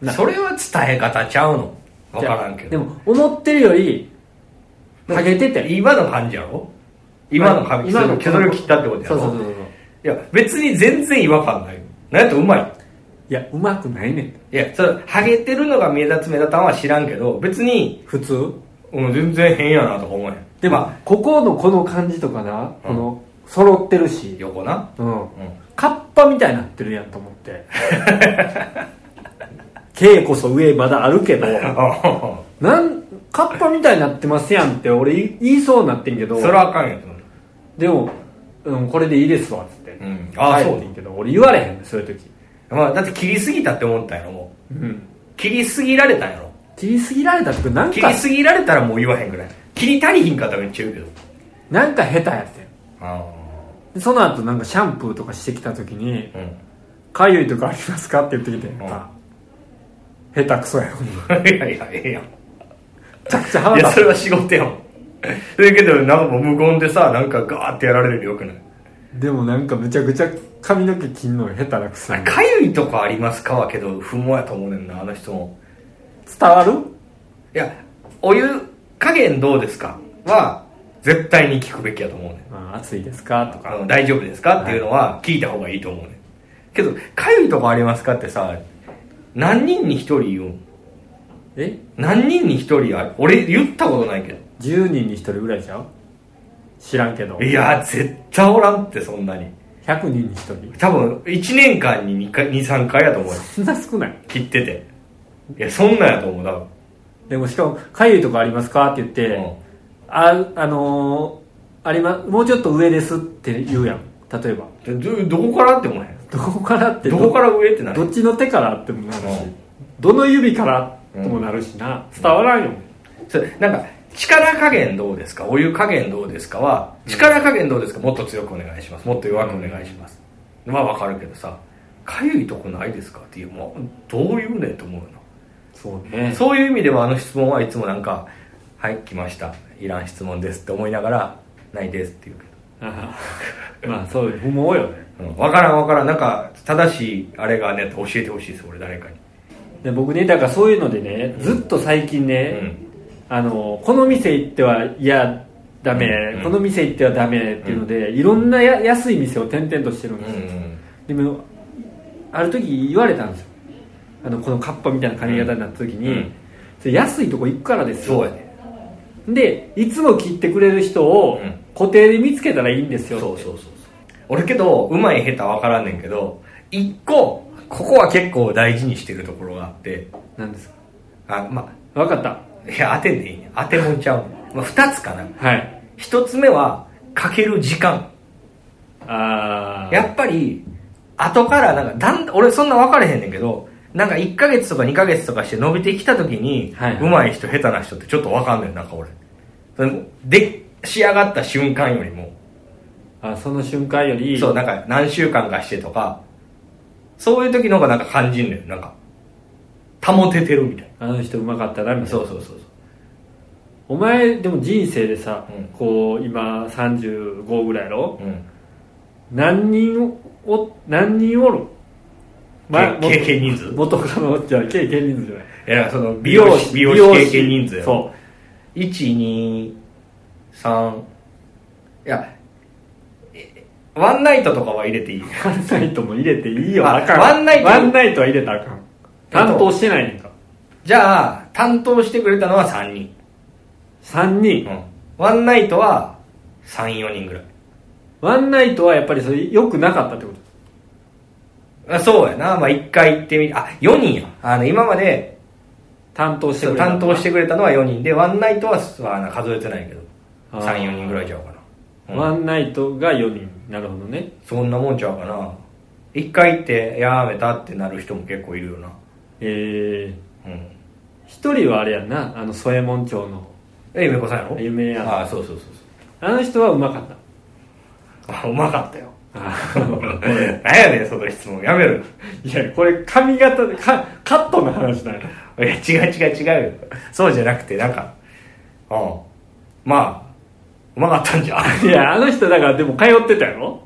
[SPEAKER 1] な
[SPEAKER 2] それは伝え方ちゃうの分からんけど
[SPEAKER 1] でも思ってるよりハゲてて
[SPEAKER 2] 今の感じやろ今の髪切
[SPEAKER 1] 今の
[SPEAKER 2] それを切ったってことや
[SPEAKER 1] そ
[SPEAKER 2] ろ
[SPEAKER 1] うそうそうそう
[SPEAKER 2] いや、別に全然違和感ないよ。なんやったらうまい。
[SPEAKER 1] いやうまくないねん
[SPEAKER 2] いや、それ、ハゲてるのが目立つ目立たんは知らんけど、別に、
[SPEAKER 1] 普通
[SPEAKER 2] うん、全然変やなとか思えへん。
[SPEAKER 1] でも、
[SPEAKER 2] まあ、
[SPEAKER 1] ここのこの感じとかな、
[SPEAKER 2] うん
[SPEAKER 1] この揃ってるし、
[SPEAKER 2] 横な。
[SPEAKER 1] うん、
[SPEAKER 2] うん。
[SPEAKER 1] カッパみたいになってるやんと思って K こそ上まだあるけどなんカッパみたいになってますやんって俺言い言いそうになってんけど
[SPEAKER 2] それはあかんよ。
[SPEAKER 1] でも、うん、これでいいですわっつって、
[SPEAKER 2] うんあー
[SPEAKER 1] 帰ってんけど俺言われへんねんそういう時、
[SPEAKER 2] まあ、だって切りすぎたって思ったんやろ、も
[SPEAKER 1] うん、
[SPEAKER 2] う。切りすぎられたんやろ。
[SPEAKER 1] 切りすぎられたってなん
[SPEAKER 2] 切り
[SPEAKER 1] か
[SPEAKER 2] すぎられたらもう言わへんぐらい。切り足りひんかったらめっちゃ言うけど。
[SPEAKER 1] なんか下手やってん
[SPEAKER 2] あ
[SPEAKER 1] でその後なんかシャンプーとかしてきた時に、
[SPEAKER 2] あ。うん。
[SPEAKER 1] かゆいとかありますかって言ってきて、あ下手くそやろ
[SPEAKER 2] いやいや、ええやん。
[SPEAKER 1] めちゃくちゃ
[SPEAKER 2] い
[SPEAKER 1] 腹
[SPEAKER 2] や、
[SPEAKER 1] 立
[SPEAKER 2] そ
[SPEAKER 1] つ
[SPEAKER 2] れは仕 事やもん。それけど、なんかもう無言でさ、なんかガーってやられるよりよくない。
[SPEAKER 1] でもなんかめちゃくちゃ髪の毛切んの下手なくせに
[SPEAKER 2] かゆいとこありますかはけど不毛やと思うねんなあの人も
[SPEAKER 1] 伝わる
[SPEAKER 2] いやお湯加減どうですかは、絶対に聞くべきやと思うねん。
[SPEAKER 1] まあ、暑いですかと
[SPEAKER 2] あ
[SPEAKER 1] か
[SPEAKER 2] の大丈夫ですかっていうのは聞いた方がいいと思うねんけど「かゆいとこありますか?」ってさ何人に一人言うん
[SPEAKER 1] え
[SPEAKER 2] 何人に一人あ俺言ったことないけど
[SPEAKER 1] 10人に1人ぐらいちゃう知らんけど
[SPEAKER 2] い
[SPEAKER 1] 100
[SPEAKER 2] や絶対おらんってそんなに
[SPEAKER 1] 人に1人
[SPEAKER 2] 多分1年間に23回やと思うよ
[SPEAKER 1] そんな少ない
[SPEAKER 2] 切ってていやそんなんやと思う多分
[SPEAKER 1] でもしかも「かゆいとこありますか?」って言って「ああのーありまもうちょっと上です」って言うやん例えば
[SPEAKER 2] うんでどどこからって思わへん
[SPEAKER 1] どこからって
[SPEAKER 2] どこから上ってなる
[SPEAKER 1] どっちの手からってもなるし、
[SPEAKER 2] うん
[SPEAKER 1] どの指からともなるしな、伝わらんよ、
[SPEAKER 2] それなんか力加減どうですかお湯加減どうですかは力加減どうですかもっと強くお願いしますもっと弱くお願いします、まあわかるけどさかゆいとこないですかっていうもうどういうねんと思うよ
[SPEAKER 1] そう
[SPEAKER 2] な
[SPEAKER 1] ね
[SPEAKER 2] そういう意味ではあの質問はいつもなんか「はい来ましたいらん質問です」って思いながら「ないです」って言うけ
[SPEAKER 1] ああ まあそう思うよね
[SPEAKER 2] ど、うん、分からん分からんなんか正しいあれがね教えてほしいです俺誰かに
[SPEAKER 1] で僕ねだからそういうのでねずっと最近ね、あのこの店行ってはいやダメ、
[SPEAKER 2] うん
[SPEAKER 1] この店行ってはダメっていうので、いろんなや安い店を転々としてるん
[SPEAKER 2] うん
[SPEAKER 1] で
[SPEAKER 2] う
[SPEAKER 1] すよ、
[SPEAKER 2] ん
[SPEAKER 1] でもある時言われたんですよあのこのカッパみたいな髪型になった時に、
[SPEAKER 2] うん
[SPEAKER 1] それ安いとこ行くからですよ
[SPEAKER 2] そうやね
[SPEAKER 1] でいつも切ってくれる人を
[SPEAKER 2] うん
[SPEAKER 1] 固定で見つけたらいいんです
[SPEAKER 2] そ
[SPEAKER 1] よ
[SPEAKER 2] うそうそうそう俺けどうまい下手分からんねんけど一個ここは結構大事にしてるところがあって
[SPEAKER 1] なんですか
[SPEAKER 2] あま
[SPEAKER 1] 分かった
[SPEAKER 2] あいや当てんでいいね当てもんちゃう、まあ、二つかな
[SPEAKER 1] はい
[SPEAKER 2] 一つ目はかける時間
[SPEAKER 1] ああ
[SPEAKER 2] やっぱり後からなんかだん俺そんな分かれへんねんけどなんか1ヶ月とか2ヶ月とかして伸びてきた時に、
[SPEAKER 1] はいはいう
[SPEAKER 2] まい人下手な人ってちょっと分かんねんなんか俺それで仕上がった瞬間よりも
[SPEAKER 1] あその瞬間より
[SPEAKER 2] そう、なんか何週間かしてとか、そういう時の方がなんか感じんのよ。なんか、保ててるみたい
[SPEAKER 1] あの人うまかったなみ
[SPEAKER 2] な。
[SPEAKER 1] たい
[SPEAKER 2] そう
[SPEAKER 1] な
[SPEAKER 2] そうそう
[SPEAKER 1] お前でも人生でさ、
[SPEAKER 2] うん
[SPEAKER 1] こう今35ぐらいやろ
[SPEAKER 2] そう。うん。
[SPEAKER 1] 何人お何人おる、
[SPEAKER 2] け経験人数
[SPEAKER 1] 元カノじゃあ経験人数じゃない
[SPEAKER 2] いや、その美容師、美容師経験人数や。
[SPEAKER 1] そう
[SPEAKER 2] 1、2、3。いや、えワンナイトとかは入れていい。
[SPEAKER 1] うワンナイトも入れていいよ
[SPEAKER 2] あ
[SPEAKER 1] あかん
[SPEAKER 2] ワンナイト
[SPEAKER 1] ワンナイトは入れたらあかん担当してないねんか
[SPEAKER 2] じゃあ、担当してくれたのは3人。
[SPEAKER 1] 3人
[SPEAKER 2] うん。ワンナイトは3、4人ぐらい。
[SPEAKER 1] ワンナイトはやっぱりそれ良くなかったってこと
[SPEAKER 2] あそうやな。まあ一回行ってみあ、4人や。あの、今まで、
[SPEAKER 1] 担当してくれた
[SPEAKER 2] 担当してくれたのは4人でワンナイトはあの数えてないけど
[SPEAKER 1] あー
[SPEAKER 2] 34人ぐらいちゃうかな、うん
[SPEAKER 1] ワンナイトが4人なるほどね
[SPEAKER 2] そんなもんちゃうかな1回行ってやめたってなる人も結構いるよな
[SPEAKER 1] え
[SPEAKER 2] うん
[SPEAKER 1] ー、1人はあれやんなあの添右衛門町の
[SPEAKER 2] えゆめこさんやろ
[SPEAKER 1] 有名やん
[SPEAKER 2] ああそうそうそう
[SPEAKER 1] あの人はうまかった
[SPEAKER 2] そうあうまかったよ
[SPEAKER 1] あ
[SPEAKER 2] 何やねんその質問やめろよ
[SPEAKER 1] いやこれ髪型でカカットの話だよ
[SPEAKER 2] いや違う違う違うよそうじゃなくてなんかうんまあうまかったんじゃ
[SPEAKER 1] いやあの人だからでも通ってたやろ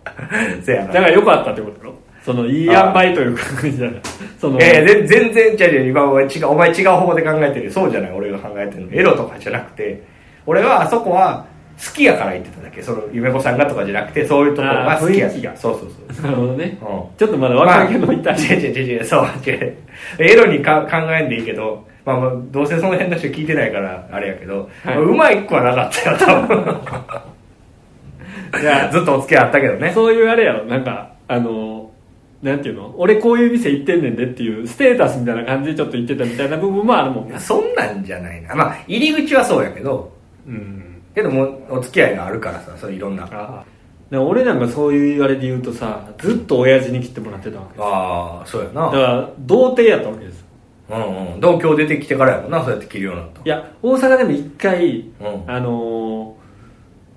[SPEAKER 2] せや
[SPEAKER 1] だ
[SPEAKER 2] な
[SPEAKER 1] から良かったってことやろそのいい塩梅という感 じじゃないその
[SPEAKER 2] ええ全然違う違う今お前違うお前違う方法で考えてるよそうじゃない俺が考えてるのエロとかじゃなくて俺はあそこは好きやから言ってただけその夢子さんがとかじゃなくてそういうところが好きや
[SPEAKER 1] あー雰囲気が
[SPEAKER 2] そうそうそ
[SPEAKER 1] な
[SPEAKER 2] う
[SPEAKER 1] るほどね
[SPEAKER 2] うん
[SPEAKER 1] ちょっとまだ若気のいた
[SPEAKER 2] まあ違う違う違う違うそう違うエロにか考えんでいいけどまあまあどうせその辺の人聞いてないからあれやけど、
[SPEAKER 1] はいう
[SPEAKER 2] まいっ子はなかったよ 多分いやずっとお付き合いあったけどね
[SPEAKER 1] そういうあれやろなんかあのなんていうの俺こういう店行ってんねんでっていうステータスみたいな感じでちょっと行ってたみたいな部分もあるもん
[SPEAKER 2] い
[SPEAKER 1] ね
[SPEAKER 2] やそんなんじゃないなまあ入り口はそうやけど
[SPEAKER 1] うん
[SPEAKER 2] けどもうお付き合いがあるからさそれいろんな
[SPEAKER 1] ああ俺なんかそういう言われで言うとさずっと親父に切ってもらってたわけ
[SPEAKER 2] ああそうや
[SPEAKER 1] だか
[SPEAKER 2] な
[SPEAKER 1] ら童貞やったわけです
[SPEAKER 2] うんうん東京出てきてからやもんなそうやって着るようになっ
[SPEAKER 1] いや大阪でも一回、
[SPEAKER 2] うん
[SPEAKER 1] あのー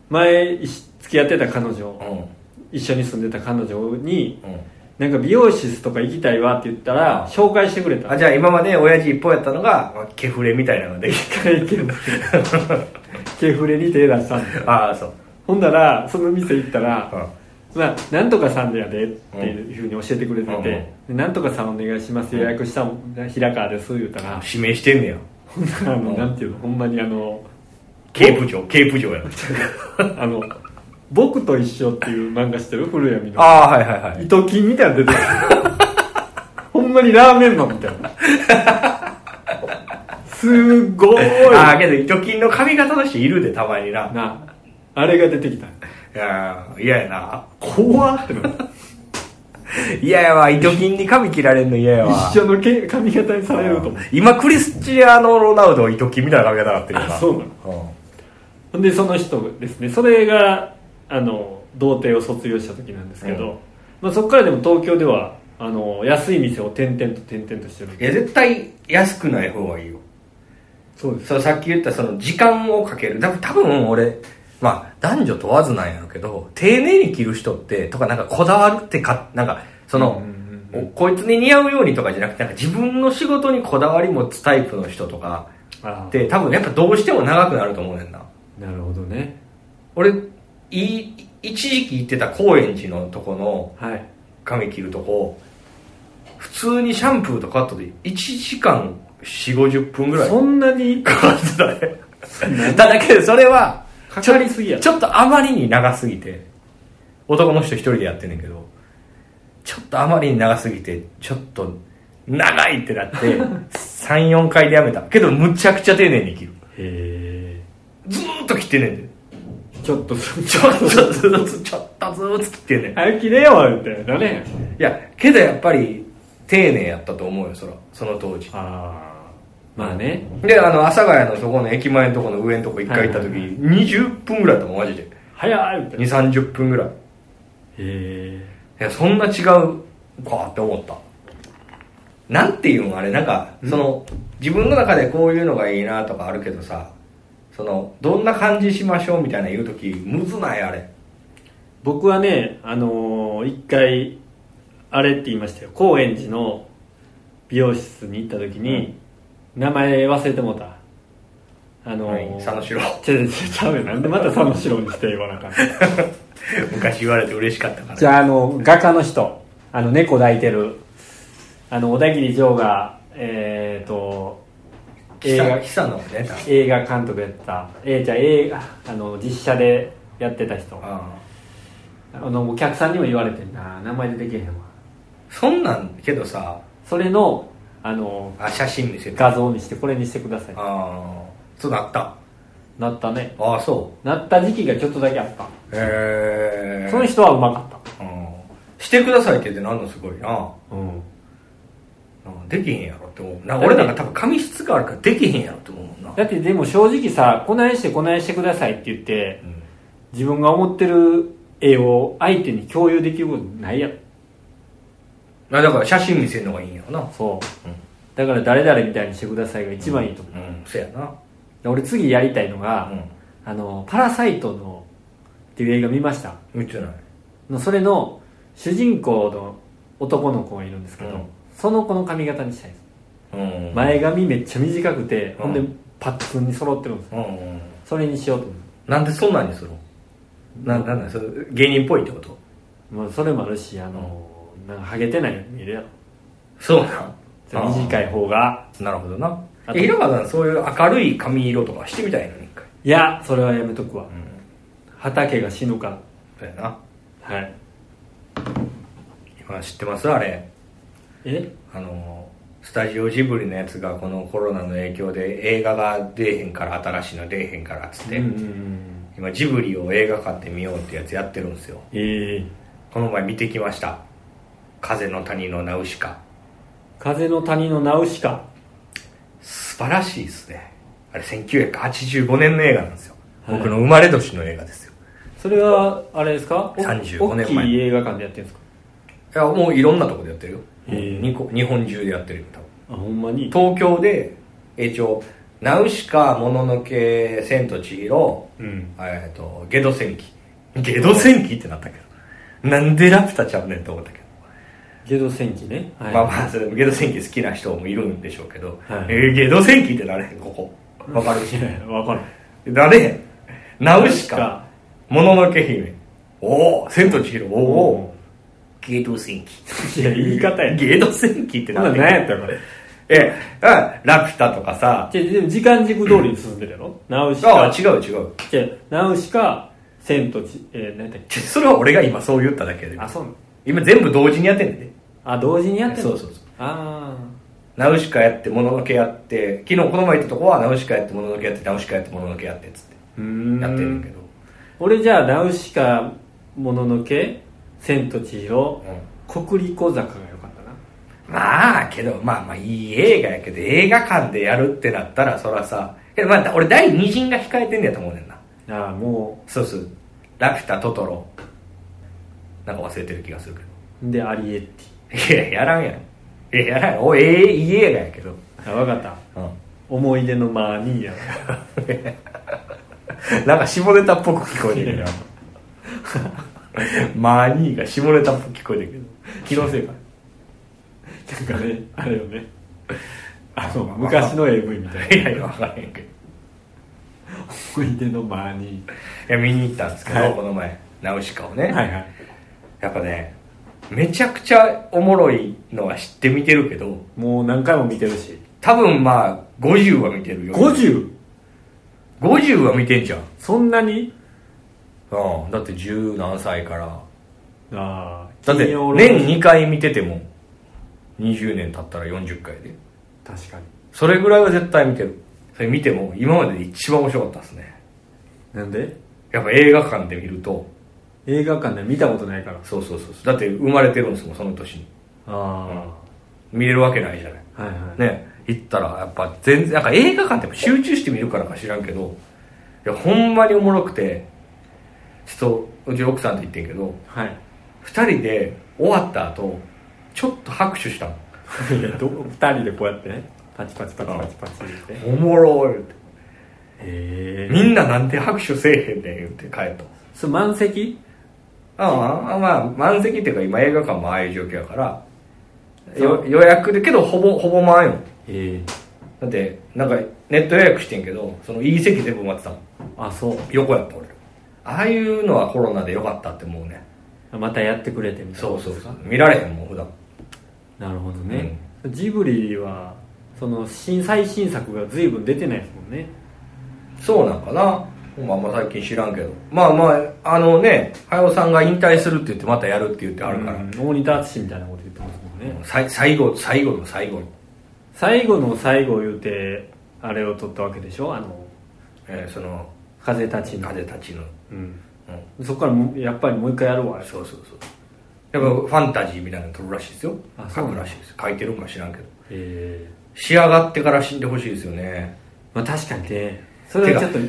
[SPEAKER 1] 前いし付き合ってた彼女
[SPEAKER 2] たうん
[SPEAKER 1] 一緒に住んでた彼女に
[SPEAKER 2] うん
[SPEAKER 1] なんか美容室とか行きたいわって言ったら紹介してくれた
[SPEAKER 2] あじゃあ今まで親父一方やったのがまあ毛フレみたいなのができ
[SPEAKER 1] 一回行ける毛触れに手出したんだよ
[SPEAKER 2] た ああそう
[SPEAKER 1] ほんだらその店行ったら
[SPEAKER 2] うん
[SPEAKER 1] まあ、なんとかさんでやでっていうふうに教えてくれて
[SPEAKER 2] うん
[SPEAKER 1] て、でなんとかさんお願いします予約したもん平川です言うたら
[SPEAKER 2] 指名してんねや
[SPEAKER 1] ほんならもうなんていうのほんまにあの
[SPEAKER 2] ケープ城ケープ城やな
[SPEAKER 1] あの「僕と一緒」っていう漫画知ってる古谷美濃
[SPEAKER 2] ああはいはいはい
[SPEAKER 1] 糸金みたいなの出てる ほんまにラーメンマンみたいなすごい
[SPEAKER 2] ああけど貯金の髪型の人いるでたまにな
[SPEAKER 1] なあれが出てきた
[SPEAKER 2] いやー嫌やな
[SPEAKER 1] 怖 ってなって
[SPEAKER 2] 嫌やわ糸金に髪切られんの嫌やわ
[SPEAKER 1] 一緒のけ髪型にされると思う
[SPEAKER 2] 今クリスチアーノ・ロナウド糸金みたいな髪型になってるよな
[SPEAKER 1] あそうなの
[SPEAKER 2] の
[SPEAKER 1] ほんでその人ですねそれがあの童貞を卒業した時なんですけど、
[SPEAKER 2] うん
[SPEAKER 1] まあ、そこからでも東京ではあの安い店を転々と転々としてる
[SPEAKER 2] いや絶対安くない方がいいよ
[SPEAKER 1] そうです
[SPEAKER 2] そうさっき言ったその時間をかける多分多分俺まあ男女問わずなんやろうけど丁寧に着る人ってとかなんかこだわるってかなんかその、おこいつに似合うようにとかじゃなくてなんか自分の仕事にこだわり持つタイプの人とか
[SPEAKER 1] あ
[SPEAKER 2] って多分やっぱどうしても長くなると思うねんな
[SPEAKER 1] あなるほどね
[SPEAKER 2] 俺い一時期行ってた高円寺のとこの
[SPEAKER 1] はい
[SPEAKER 2] 髪切るとこ普通にシャンプーとカットで1時間4 5 0分ぐらい
[SPEAKER 1] そんなに
[SPEAKER 2] かかってた ねただけどそれは
[SPEAKER 1] かかりすぎやろ
[SPEAKER 2] ちょっとあまりに長すぎて男の人一人でやってんねんけどちょっとあまりに長すぎてちょっと長いってなって 34回でやめたけどむちゃくちゃ丁寧に切る
[SPEAKER 1] へ
[SPEAKER 2] ずーっと切ってんねんで
[SPEAKER 1] えちょっと そ
[SPEAKER 2] ちょっとずつちょっとずつ切ってんねん
[SPEAKER 1] 早く切れよみたいなね
[SPEAKER 2] いやけどやっぱり丁寧やったと思うよそらその当時
[SPEAKER 1] ああまあね
[SPEAKER 2] であの阿佐ヶ谷のそこの駅前のとこの上のとこ一回行った時、
[SPEAKER 1] はいはい
[SPEAKER 2] 20分ぐらいだったもんマジで
[SPEAKER 1] 早いみたいなへ
[SPEAKER 2] 2三3 0分ぐらい
[SPEAKER 1] え
[SPEAKER 2] いやそんな違うかって思ったなんていうのあれなんかその自分の中でこういうのがいいなとかあるけどさそのどんな感じしましょうみたいな言う時むずないあれ
[SPEAKER 1] 僕はねあのー一回あれって言いましたよ高円寺の美容室に行った時に、名前忘れてもうたあの
[SPEAKER 2] はい
[SPEAKER 1] ー、
[SPEAKER 2] 佐野史郎
[SPEAKER 1] ちゃうちゃうなんでまた佐野史郎にして言わなあかった
[SPEAKER 2] 昔言われて嬉しかったから
[SPEAKER 1] じゃあ、あの、画家の人、あの、猫抱いてる、あの、小田切城が、えーと、映画
[SPEAKER 2] 久、久野ね
[SPEAKER 1] 映画監督やった、えー、じゃあ映画、あの、実写でやってた人、あ
[SPEAKER 2] ああ
[SPEAKER 1] の、お客さんにも言われてんな、名前出てけへんわ。
[SPEAKER 2] そんなんけどさ
[SPEAKER 1] それの、あの、
[SPEAKER 2] あ写真見せてあ
[SPEAKER 1] 画像にして、これにしてください。
[SPEAKER 2] あそうなった
[SPEAKER 1] なったね。
[SPEAKER 2] ああそ
[SPEAKER 1] なった時期がちょっとだけあった。
[SPEAKER 2] うへえ
[SPEAKER 1] その人はうまかっ
[SPEAKER 2] うんしてくださいって言ってなんのすごい
[SPEAKER 1] た。
[SPEAKER 2] な
[SPEAKER 1] うん。
[SPEAKER 2] うんできへんやろって思うな俺なんか多分髪質があるからできへんやろって思うもんな
[SPEAKER 1] だってでも正直さ、こないしてこないしてくださいって言って
[SPEAKER 2] う、ん
[SPEAKER 1] 自分が思ってる絵を相手に共有できることないやん
[SPEAKER 2] まあだから写真見せるのがいいんやろな
[SPEAKER 1] そう、
[SPEAKER 2] うん
[SPEAKER 1] だから誰々みたいにしてくださいが一番いいと思う、
[SPEAKER 2] うんそやな
[SPEAKER 1] で俺次やりたいの
[SPEAKER 2] う
[SPEAKER 1] が、
[SPEAKER 2] ん
[SPEAKER 1] あの「パラサイトの」っていう映画見ました
[SPEAKER 2] 見てない
[SPEAKER 1] のそれの主人公の男の子がいるんですけど、
[SPEAKER 2] うん
[SPEAKER 1] その子の髪型にしたいです
[SPEAKER 2] うん
[SPEAKER 1] 前髪めっちゃ短くて、
[SPEAKER 2] うん
[SPEAKER 1] ほんでパッツンに揃ってるんです
[SPEAKER 2] うんうん
[SPEAKER 1] それにしようと思
[SPEAKER 2] なんでそんなんにするのななんなんそれ芸人っぽいってこと
[SPEAKER 1] う、まあ、それもあるしあの、なんかハゲてないように見えるや
[SPEAKER 2] そうなん
[SPEAKER 1] ろ短い方が
[SPEAKER 2] いなるほどな
[SPEAKER 1] あと
[SPEAKER 2] え平川さんそういう明るい髪色とかしてみたいのに一回
[SPEAKER 1] いやそれはやめとくわ、
[SPEAKER 2] ん
[SPEAKER 1] 畑が死ぬから
[SPEAKER 2] そうやな
[SPEAKER 1] はい
[SPEAKER 2] 今知ってますあれ
[SPEAKER 1] え
[SPEAKER 2] あのスタジオジブリのやつがこのコロナの影響で映画が出えへんから新しいの出えへんからっつって、
[SPEAKER 1] うんうんうん
[SPEAKER 2] 今ジブリを映画化ってみようってやつやってるんですよ
[SPEAKER 1] ええ
[SPEAKER 2] この前見てきました「風の谷のナウシカ
[SPEAKER 1] 風の谷のナウシカ」
[SPEAKER 2] 素晴らしいですねあれ1985年の映画なんですよ、
[SPEAKER 1] はい
[SPEAKER 2] 僕の生まれ年の映画ですよ
[SPEAKER 1] それはあれですかお
[SPEAKER 2] 35年前
[SPEAKER 1] 大きい映画館でやってるんですか
[SPEAKER 2] いやもういろんなとこでやってるよ、
[SPEAKER 1] へー
[SPEAKER 2] にこ日本中でやってるよ多分
[SPEAKER 1] あほんまに
[SPEAKER 2] 東京で一応「ナウシカ」「もののけ」「千と千尋」
[SPEAKER 1] うん
[SPEAKER 2] えっと「ゲド戦記」「ゲド戦記」ってなったけどなんでラピュタちゃうねんと思ったけど、
[SPEAKER 1] ゲド戦記ね、はい
[SPEAKER 2] まあまあそれゲド戦記好きな人もいるんでしょうけど、
[SPEAKER 1] はい
[SPEAKER 2] えーゲド戦記ってなれへんここわかる
[SPEAKER 1] いやいや わかる
[SPEAKER 2] なれへんナウ
[SPEAKER 1] ナウ
[SPEAKER 2] シ
[SPEAKER 1] シカ
[SPEAKER 2] カもののけ姫おお千と千尋おおゲド戦記
[SPEAKER 1] いや言い方や
[SPEAKER 2] ゲド戦記って
[SPEAKER 1] ほんな
[SPEAKER 2] なっ
[SPEAKER 1] ら
[SPEAKER 2] て
[SPEAKER 1] 何やったのこれ
[SPEAKER 2] ええ、うんラピュタとかさ、
[SPEAKER 1] じゃでも時間軸通りに進んでるやろナウシ
[SPEAKER 2] ああ、
[SPEAKER 1] カ、
[SPEAKER 2] 違う違う。
[SPEAKER 1] じゃナウシカ、千と千、えー、何やったっけ
[SPEAKER 2] ちそれは俺が今そう言っただけで。
[SPEAKER 1] あ、そうなの
[SPEAKER 2] 今全部同時にやってんねんで。
[SPEAKER 1] あ、同時にやってんの
[SPEAKER 2] そうそうそう。
[SPEAKER 1] あ
[SPEAKER 2] ナウシカやって、もののけやって、昨日この前行ったとこはナウシカやって、もののけやって、ナウシカやって、もののけやってっつって。
[SPEAKER 1] ーうーん。
[SPEAKER 2] やってるけど。
[SPEAKER 1] 俺じゃあ、ナウシカ、もののけ、千と千尋、国立小坂が良かったな。
[SPEAKER 2] まあ、けど、まあまあ、いい映画やけど、映画館でやるってなったら、そらさ、けどまあ、俺第二陣が控えてんねやと思うねんな。
[SPEAKER 1] ああ、も
[SPEAKER 2] そうそう。ラピュタ、トトロ。なんか忘れてる気がするけ
[SPEAKER 1] う、で、アリエッテ
[SPEAKER 2] ど。いや、やらんやん。いや、やらんやん。お、ええいい映画やけど。
[SPEAKER 1] ィ。あ、わかった。
[SPEAKER 2] う
[SPEAKER 1] 思い出のマーニー やな。
[SPEAKER 2] ん。 なんか下ネタっぽく聞こえてるけど。 マーニーが下ネタっぽく聞こえてる
[SPEAKER 1] 機能性がなんかねあれよねあの
[SPEAKER 2] まあ
[SPEAKER 1] 昔の AV みた
[SPEAKER 2] けど。
[SPEAKER 1] い
[SPEAKER 2] いや
[SPEAKER 1] ない
[SPEAKER 2] や、わからへんけど。
[SPEAKER 1] 思い出の間に
[SPEAKER 2] いや、見に行ったんですけど、
[SPEAKER 1] はい
[SPEAKER 2] この前、ナウシカをね。
[SPEAKER 1] はいはい
[SPEAKER 2] やっぱね、めちゃくちゃおもろいのは知って見てるけど、
[SPEAKER 1] もう何回も見てるし
[SPEAKER 2] 多分まあ、50は見てるよ。
[SPEAKER 1] 50
[SPEAKER 2] 50は見てんじゃん。
[SPEAKER 1] そんなに
[SPEAKER 2] うん。だって十何歳から。
[SPEAKER 1] ああ
[SPEAKER 2] だって、
[SPEAKER 1] 金曜ロード
[SPEAKER 2] 年2回見てても、20年経ったら40回で。
[SPEAKER 1] 確かに
[SPEAKER 2] それぐらいは絶対見てる。それ見ても、今までで一番面白かったですね。
[SPEAKER 1] なんで
[SPEAKER 2] やっぱ映画館で見ると、
[SPEAKER 1] 映画館で見たことないから
[SPEAKER 2] そうそうそうそう。だって生まれてるんですもん、その年に。
[SPEAKER 1] あ
[SPEAKER 2] 見れるわけないじゃない。
[SPEAKER 1] あはいはい
[SPEAKER 2] ね、行ったらやっぱ全然なんか映画館ってやっぱ集中して見るからか知らんけどいやほんまにおもろくてちょっとうちの奥さんと言ってんけど
[SPEAKER 1] はい
[SPEAKER 2] 2人で終わった後ちょっと拍手したの
[SPEAKER 1] いやど2人でこうやってねパチパチパチパチパチってへ
[SPEAKER 2] おもろいって
[SPEAKER 1] え
[SPEAKER 2] みんななんで拍手せえへんねん言って帰った
[SPEAKER 1] それ満席
[SPEAKER 2] あああまあ満席っていうか今映画館もああいう状況やからよ予約でけどほぼほぼ満よ
[SPEAKER 1] ええ
[SPEAKER 2] だってなんかネット予約してんけどそのいい席全部埋まってたもん
[SPEAKER 1] あそう
[SPEAKER 2] 横やった俺ああいうのはコロナでよかったって思うね
[SPEAKER 1] またやってくれてみたいな
[SPEAKER 2] そうそうそう見られへんもん普段
[SPEAKER 1] なるほどね、ジブリはその新最新作が随分出てないですもんね
[SPEAKER 2] そうなんかなまあまあ最近知らんけどまあまああのね早尾さんが引退するって言ってまたやるって言ってあるから、
[SPEAKER 1] うん大仁田淳みたいなこと言ってますもんね、
[SPEAKER 2] さい最後最後の最後に、
[SPEAKER 1] 最後の最後を言うてあれを撮ったわけでしょあの
[SPEAKER 2] えーその
[SPEAKER 1] 風たちの、
[SPEAKER 2] 風たちの、
[SPEAKER 1] うん、
[SPEAKER 2] うん、
[SPEAKER 1] そこからもやっぱりもう一回やろうわ
[SPEAKER 2] そうそうそうやっぱファンタジーみたいなの撮るらしいですよ
[SPEAKER 1] あそ
[SPEAKER 2] 書
[SPEAKER 1] うなん
[SPEAKER 2] くらしいです書いてるんか知らんけど
[SPEAKER 1] え
[SPEAKER 2] 仕上がってから死んでほしいですよね
[SPEAKER 1] まあ、確かにねそれはちょっと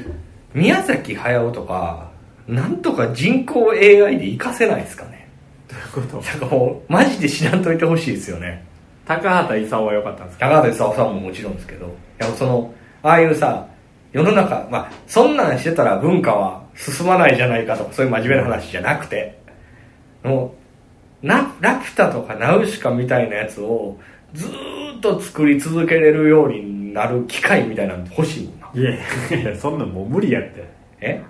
[SPEAKER 2] 宮崎駿とかなんとか人工 AI で活かせないですかね
[SPEAKER 1] どういうこと
[SPEAKER 2] なんかもうマジで死なんといてほしいですよね
[SPEAKER 1] 高畑勲は良かったんですか
[SPEAKER 2] 高畑勲さんももちろんですけどいやそのああいうさ世の中まあそんなんしてたら文化は進まないじゃないかとかそういう真面目な話じゃなくてもうなラピュタとかナウシカみたいなやつをずーっと作り続けれるようになる機会みたいなの欲しいもんない
[SPEAKER 1] やいやいやそんなんもう無理やって
[SPEAKER 2] え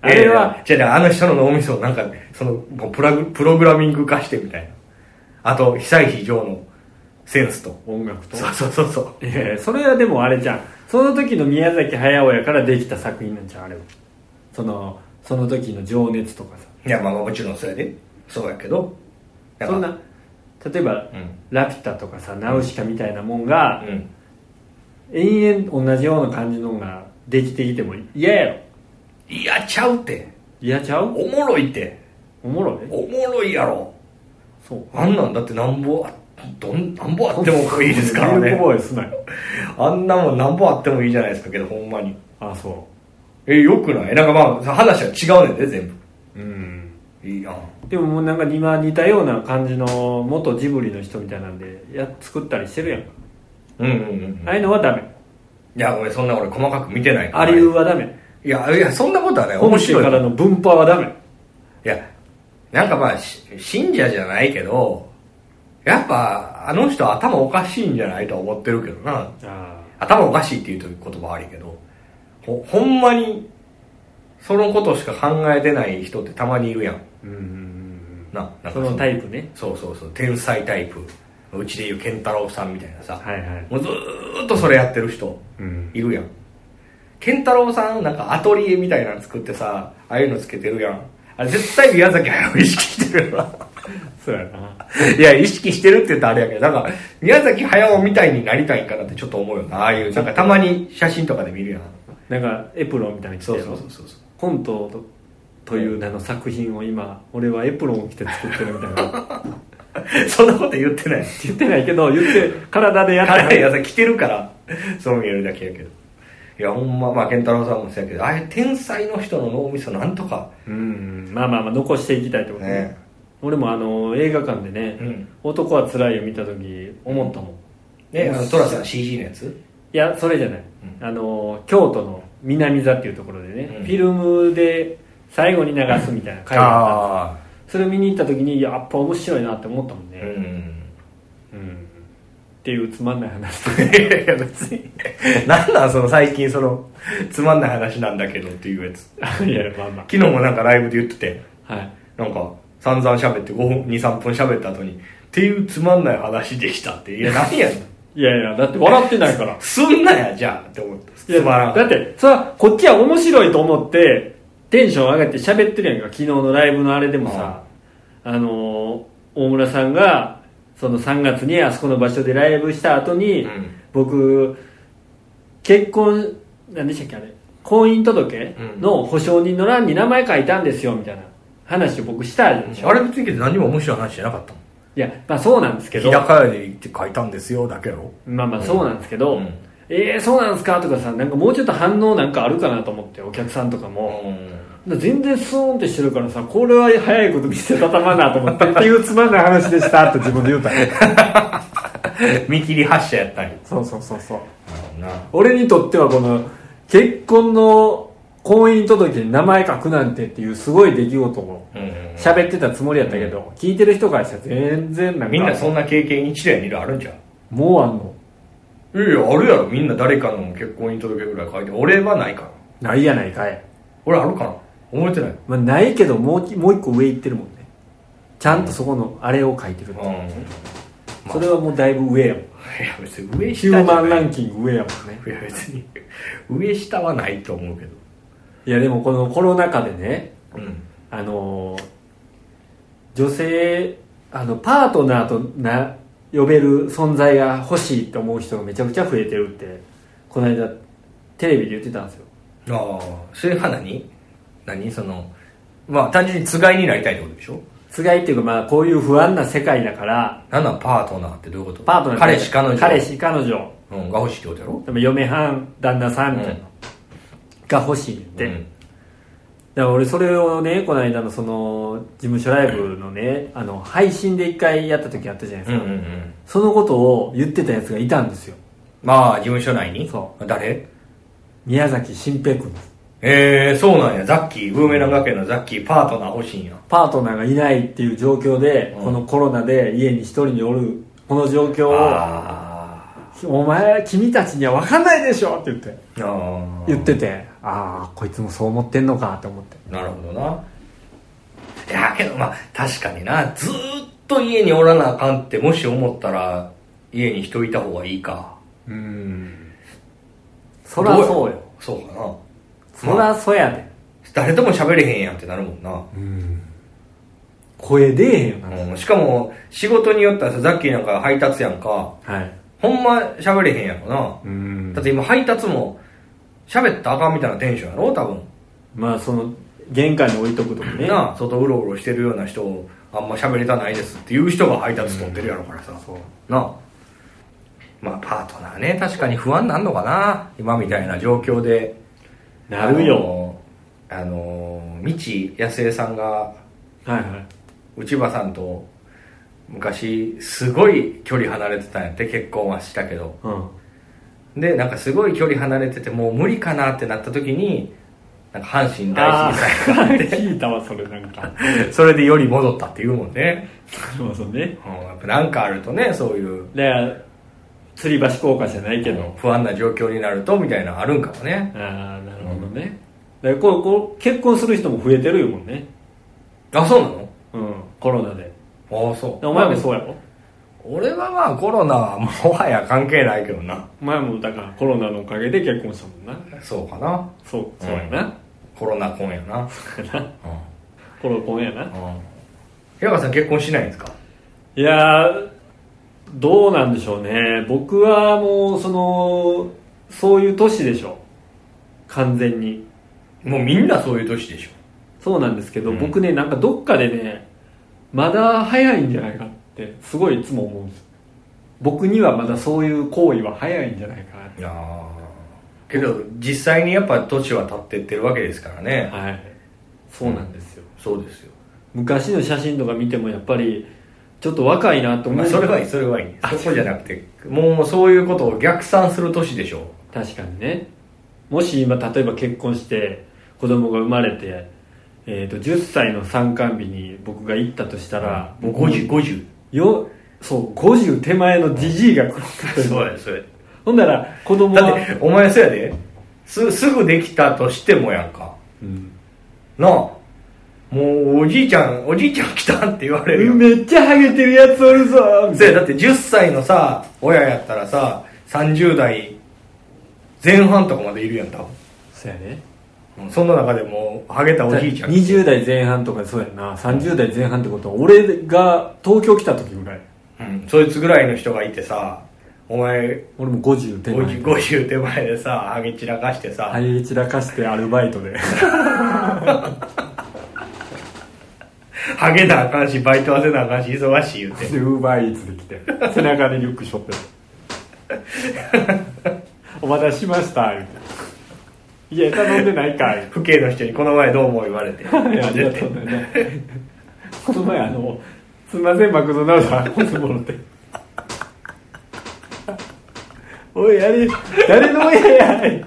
[SPEAKER 1] あれは
[SPEAKER 2] えー違う違うあの人の脳みそをなんかそのこうプラグプログラミング化してみたいなあと久石譲のセンスと
[SPEAKER 1] 音楽と
[SPEAKER 2] そうそうそうそう
[SPEAKER 1] いやいやそれはでもあれじゃんその時の宮崎駿やからできた作品なんじゃんあれはそのその時の情熱とかさ
[SPEAKER 2] いやまあもちろんそれでそうやけど
[SPEAKER 1] そん
[SPEAKER 2] か
[SPEAKER 1] な例えば、
[SPEAKER 2] うん
[SPEAKER 1] ラピュタ」とかさ「ナウシカ」みたいなもんが、
[SPEAKER 2] うん
[SPEAKER 1] 延々同じような感じのができてきても嫌やろ
[SPEAKER 2] いやちゃうって
[SPEAKER 1] 嫌ちゃう
[SPEAKER 2] おもろいって
[SPEAKER 1] おもろい
[SPEAKER 2] おもろいやろ
[SPEAKER 1] そう
[SPEAKER 2] あんなんだってなんぼあどんなんぼあってもいいですから
[SPEAKER 1] ミル
[SPEAKER 2] ね
[SPEAKER 1] クボーイすなよ
[SPEAKER 2] あんなもんなんぼあってもいいじゃないですかけどほんまに
[SPEAKER 1] あそ
[SPEAKER 2] えよくないなんかまあ話は違うねんで全
[SPEAKER 1] ううん
[SPEAKER 2] 部いいやん
[SPEAKER 1] でももうなんか今似たような感じの元ジブリの人みたいなんでや作ったりしてるやんか、
[SPEAKER 2] うんうんうんうん
[SPEAKER 1] ああいうのはダメ
[SPEAKER 2] いや、ごめん、そんな俺細かく見てないから。
[SPEAKER 1] アリウーはダメ
[SPEAKER 2] いや、いや、そんなことはね、面
[SPEAKER 1] 本州
[SPEAKER 2] 白い。
[SPEAKER 1] から
[SPEAKER 2] い
[SPEAKER 1] の分派はダメ
[SPEAKER 2] や、なんかまあ、し信者じゃないけど、やっぱ、あの人頭おかしいんじゃないとは思ってるけどな。
[SPEAKER 1] あ
[SPEAKER 2] 頭おかしいっていう言葉はありけど、ほ、ほんまに、そのことしか考えてない人ってたまにいるやん。
[SPEAKER 1] うん
[SPEAKER 2] な、なんか
[SPEAKER 1] そのタイプね
[SPEAKER 2] そうそうそう、天才タイプ。うちでいう健太郎さんみたいなさ、
[SPEAKER 1] はいはい
[SPEAKER 2] もうずーっとそれやってる人
[SPEAKER 1] うん
[SPEAKER 2] いるやん健太郎さんなんかアトリエみたいなの作ってさああいうのつけてるやんあれ絶対宮崎駿意識してるよな
[SPEAKER 1] そうやない
[SPEAKER 2] や意識してるって言ったらあれやけどなんか宮崎駿みたいになりたいんかなってちょっと思うよなああいうなんかたまに写真とかで見るやん
[SPEAKER 1] なんかエプロンみたいに着て
[SPEAKER 2] そうそうそうそうそう
[SPEAKER 1] コントとという名の作品を今俺はエプロンを着て作ってるみたいな
[SPEAKER 2] そんなこと言ってない
[SPEAKER 1] 言ってないけど言って体でやって
[SPEAKER 2] 彼
[SPEAKER 1] る
[SPEAKER 2] やさ着てるからそう見えるだけやけどいやほんままあ健太郎さんもそうやけどああいう天才の人の脳みそなんとか
[SPEAKER 1] うんまあまあまあ残していきたいってことね
[SPEAKER 2] ね
[SPEAKER 1] 俺もあの映画館でね、
[SPEAKER 2] うん
[SPEAKER 1] 男は辛い」を見た時思ったもん
[SPEAKER 2] ね
[SPEAKER 1] よし
[SPEAKER 2] あの寅さん CG のやつ
[SPEAKER 1] いやそれじゃない、あの京都の南座っていうところでね、
[SPEAKER 2] うん
[SPEAKER 1] フィルムで最後に流すみたいな回があったん
[SPEAKER 2] あ
[SPEAKER 1] ですそれを見に行った時にやっぱ面白いなって思ったもん
[SPEAKER 2] う
[SPEAKER 1] ね、
[SPEAKER 2] ん
[SPEAKER 1] うんっていうつまんない話
[SPEAKER 2] いやいや別に何なんその最近そのつまんない話なんだけどっていうや つ
[SPEAKER 1] いやまあま
[SPEAKER 2] 昨日もなんかライブで言ってて
[SPEAKER 1] あはい
[SPEAKER 2] なんか散々喋って5分23分喋った後にっていうつまんない話でしたっていや何やねん
[SPEAKER 1] いやいやだって笑ってない から
[SPEAKER 2] すんなやじゃあって思った
[SPEAKER 1] いや
[SPEAKER 2] つまらん
[SPEAKER 1] だってそれはこっちは面白いと思ってテンション上がって喋ってるやんか昨日のライブのあれでもさ、あのー大村さんがその3月にあそこの場所でライブした後に、
[SPEAKER 2] うん
[SPEAKER 1] 僕結婚何でしたっけあれ婚姻届の保証人の欄に名前書いたんですよみたいな話を僕したでしょ、
[SPEAKER 2] あれ別にけど何も面白い話じゃなかったもん
[SPEAKER 1] いやまあそうなんですけど
[SPEAKER 2] 日高屋で行って書いたんですよだけやろ
[SPEAKER 1] まあまあそうなんですけど、
[SPEAKER 2] うん
[SPEAKER 1] えー、そうなんですかとかさなんかもうちょっと反応なんかあるかなと思ってお客さんとかも、全然スーンってしてるからさこれは早いこと見せたたまなと 思ってっていうつまんない話でしたって自分で言うたね
[SPEAKER 2] 見切り発車やったんや
[SPEAKER 1] そうそうそうそう
[SPEAKER 2] な
[SPEAKER 1] 俺にとってはこの結婚の婚姻届に名前書くなんてっていうすごい出来事を喋ってたつもりやったけど、聞いてる人からしたら全然なんか
[SPEAKER 2] みんなそんな経験一度や二度あるんじゃん
[SPEAKER 1] もうあんの
[SPEAKER 2] いやいやあるやろみんな誰かの結婚に届けぐらい書いて俺はないから
[SPEAKER 1] ないやないかい、
[SPEAKER 2] 俺あるかな覚えてない
[SPEAKER 1] まあ、ないけどもうもう一個上行ってるもんねちゃんとそこのあれを書いてるって、
[SPEAKER 2] うん
[SPEAKER 1] それはもうだいぶ上やもん
[SPEAKER 2] いや別に上下
[SPEAKER 1] ヒ
[SPEAKER 2] じ
[SPEAKER 1] ュ
[SPEAKER 2] ゃ
[SPEAKER 1] ーマン
[SPEAKER 2] な
[SPEAKER 1] ラ
[SPEAKER 2] い
[SPEAKER 1] ンキング上やもんね
[SPEAKER 2] いや別に上下はないと思うけど
[SPEAKER 1] いやでもこのコロナ禍でね
[SPEAKER 2] うん
[SPEAKER 1] あのー女性あのパートナーとな呼べる存在が欲しいと思う人がめちゃくちゃ増えてるってこの間テレビで言ってたんですよ
[SPEAKER 2] ああそれは何何そのまあ単純につがいになりたいってことでしょ
[SPEAKER 1] つがいっていうかまあこういう不安な世界だから
[SPEAKER 2] 何なんパートナーってどういうこと
[SPEAKER 1] パートナー
[SPEAKER 2] 彼氏彼女
[SPEAKER 1] 彼氏彼女
[SPEAKER 2] うん、が欲しいってことやろ
[SPEAKER 1] でも嫁はん旦那さんみたいな、
[SPEAKER 2] うん
[SPEAKER 1] が欲しいって、
[SPEAKER 2] うん
[SPEAKER 1] だから俺それをねこの間のその事務所ライブのねあの配信で一回やった時あったじゃないで
[SPEAKER 2] う
[SPEAKER 1] すか、
[SPEAKER 2] んうんうん
[SPEAKER 1] そのことを言ってたやつがいたんですよ
[SPEAKER 2] まあ事務所内に
[SPEAKER 1] そ
[SPEAKER 2] 誰
[SPEAKER 1] 宮崎新平君です
[SPEAKER 2] ええそうなんやザッキーブーメラン学園のザッキーパートナー欲しいんや
[SPEAKER 1] パートナーがいないっていう状況で、
[SPEAKER 2] うん
[SPEAKER 1] このコロナで家に一人におるこの状況を
[SPEAKER 2] あ
[SPEAKER 1] 「お前君たちには分かんないでしょ」って言って
[SPEAKER 2] ーあ
[SPEAKER 1] 言っててああこいつもそう思ってんのかと思って
[SPEAKER 2] なるほどないやけどまあ確かになずーっと家におらなあかんってもし思ったら家に人いた方がいいか
[SPEAKER 1] うんそらそうよ
[SPEAKER 2] そうかな
[SPEAKER 1] そらそうやで
[SPEAKER 2] 誰とも喋れへんやんってなるもんな、
[SPEAKER 1] うん声出えへんよな
[SPEAKER 2] うん、しかも仕事によったらさザッキーなんか配達やんか
[SPEAKER 1] はい
[SPEAKER 2] ほんま喋れへんやろな、
[SPEAKER 1] うん
[SPEAKER 2] だって今配達も喋ったらあかんみたいなテンションやろ多分
[SPEAKER 1] まあその玄関に置いとくとかね
[SPEAKER 2] なあ外うろうろしてるような人をあんま喋りたないですっていう人が配達取ってるやろからさ、
[SPEAKER 1] そう
[SPEAKER 2] なあまあパートナーね確かに不安なんのかな今みたいな状況で
[SPEAKER 1] なるよ
[SPEAKER 2] あのあの未知康江さんが
[SPEAKER 1] はいはい
[SPEAKER 2] 内場さんと昔すごい距離離れてたんやって結婚はしたけど
[SPEAKER 1] うん
[SPEAKER 2] でなんかすごい距離離れててもう無理かなってなった時になんか阪神大震災があって
[SPEAKER 1] 聞いたわそれなんか
[SPEAKER 2] それでより戻ったっていうもんね、
[SPEAKER 1] そうそうね
[SPEAKER 2] うん、やっぱなんかあるとねそういう
[SPEAKER 1] だから吊り橋効果じゃないけど、
[SPEAKER 2] 不安な状況になるとみたいなのあるんかもね
[SPEAKER 1] ああなるほどね、だからこうこう結婚する人も増えてるよもんね
[SPEAKER 2] あそうなの
[SPEAKER 1] うんコロナで
[SPEAKER 2] ああそう
[SPEAKER 1] お前もそうやろ
[SPEAKER 2] 俺はまあコロナはもはや関係ないけどな
[SPEAKER 1] 前もだからコロナのおかげで結婚したもんな
[SPEAKER 2] そうかな
[SPEAKER 1] そうそうやな、
[SPEAKER 2] コロナ婚やなうん
[SPEAKER 1] コロコンやな
[SPEAKER 2] うん平川さん結婚しないんですか
[SPEAKER 1] いやーどうなんでしょうね僕はもうそのそういう年でしょ完全に
[SPEAKER 2] もうみんなそういう年でしょ
[SPEAKER 1] そうなんですけど、
[SPEAKER 2] うん
[SPEAKER 1] 僕ねなんかどっかでねまだ早いんじゃないかってすごいいつも思うんです僕にはまだそういう行為は早いんじゃないかなっ
[SPEAKER 2] いやーけど実際にやっぱ年は経ってってるわけですからね
[SPEAKER 1] てはいそうなんですよ、
[SPEAKER 2] そうですよ
[SPEAKER 1] 昔の写真とか見てもやっぱりちょっと若いなと思
[SPEAKER 2] ま
[SPEAKER 1] う、
[SPEAKER 2] あそれはいいそれはいいそこじゃなくてもうそういうことを逆算する年でしょ
[SPEAKER 1] 確かにねもし今例えば結婚して子供が生まれて、えー、と10歳の参観日に僕が行ったとしたら、
[SPEAKER 2] もう
[SPEAKER 1] 僕
[SPEAKER 2] 5050
[SPEAKER 1] よそう50手前のじじいが来る
[SPEAKER 2] そうやそれ
[SPEAKER 1] ほんなら子供
[SPEAKER 2] だっ
[SPEAKER 1] は、
[SPEAKER 2] てお前そうやですすぐできたとしてもやんか
[SPEAKER 1] うん
[SPEAKER 2] なあもうおじいちゃんおじいちゃん来たって言われるよ、
[SPEAKER 1] めっちゃハゲてるやつおるぞみ
[SPEAKER 2] そ
[SPEAKER 1] たい
[SPEAKER 2] うや
[SPEAKER 1] な
[SPEAKER 2] だって10歳のさ親やったらさ30代前半とかまでいるやん多
[SPEAKER 1] そうやね
[SPEAKER 2] 分うんそんな中でもうハゲたおじいちゃん
[SPEAKER 1] 20代前半とかそうやんな30代前半ってことは俺が東京来た時ぐらい
[SPEAKER 2] うん、そいつぐらいの人がいてさお前
[SPEAKER 1] 俺も50手前
[SPEAKER 2] 50, 50手前でさハゲ散らかしてさ、
[SPEAKER 1] ハゲ散らかしてアルバイト で
[SPEAKER 2] ハゲなあかんしバイトはせなあかんし忙しい言うて
[SPEAKER 1] でウーバーイーツで来て背中でリュックしょって たお待たせしました言うていや頼んでないかい
[SPEAKER 2] 父兄の人にこの前どうも言われて
[SPEAKER 1] い やありがとうねこの前あのすんませんマクドナルド運んでもろておいあれ誰の親やい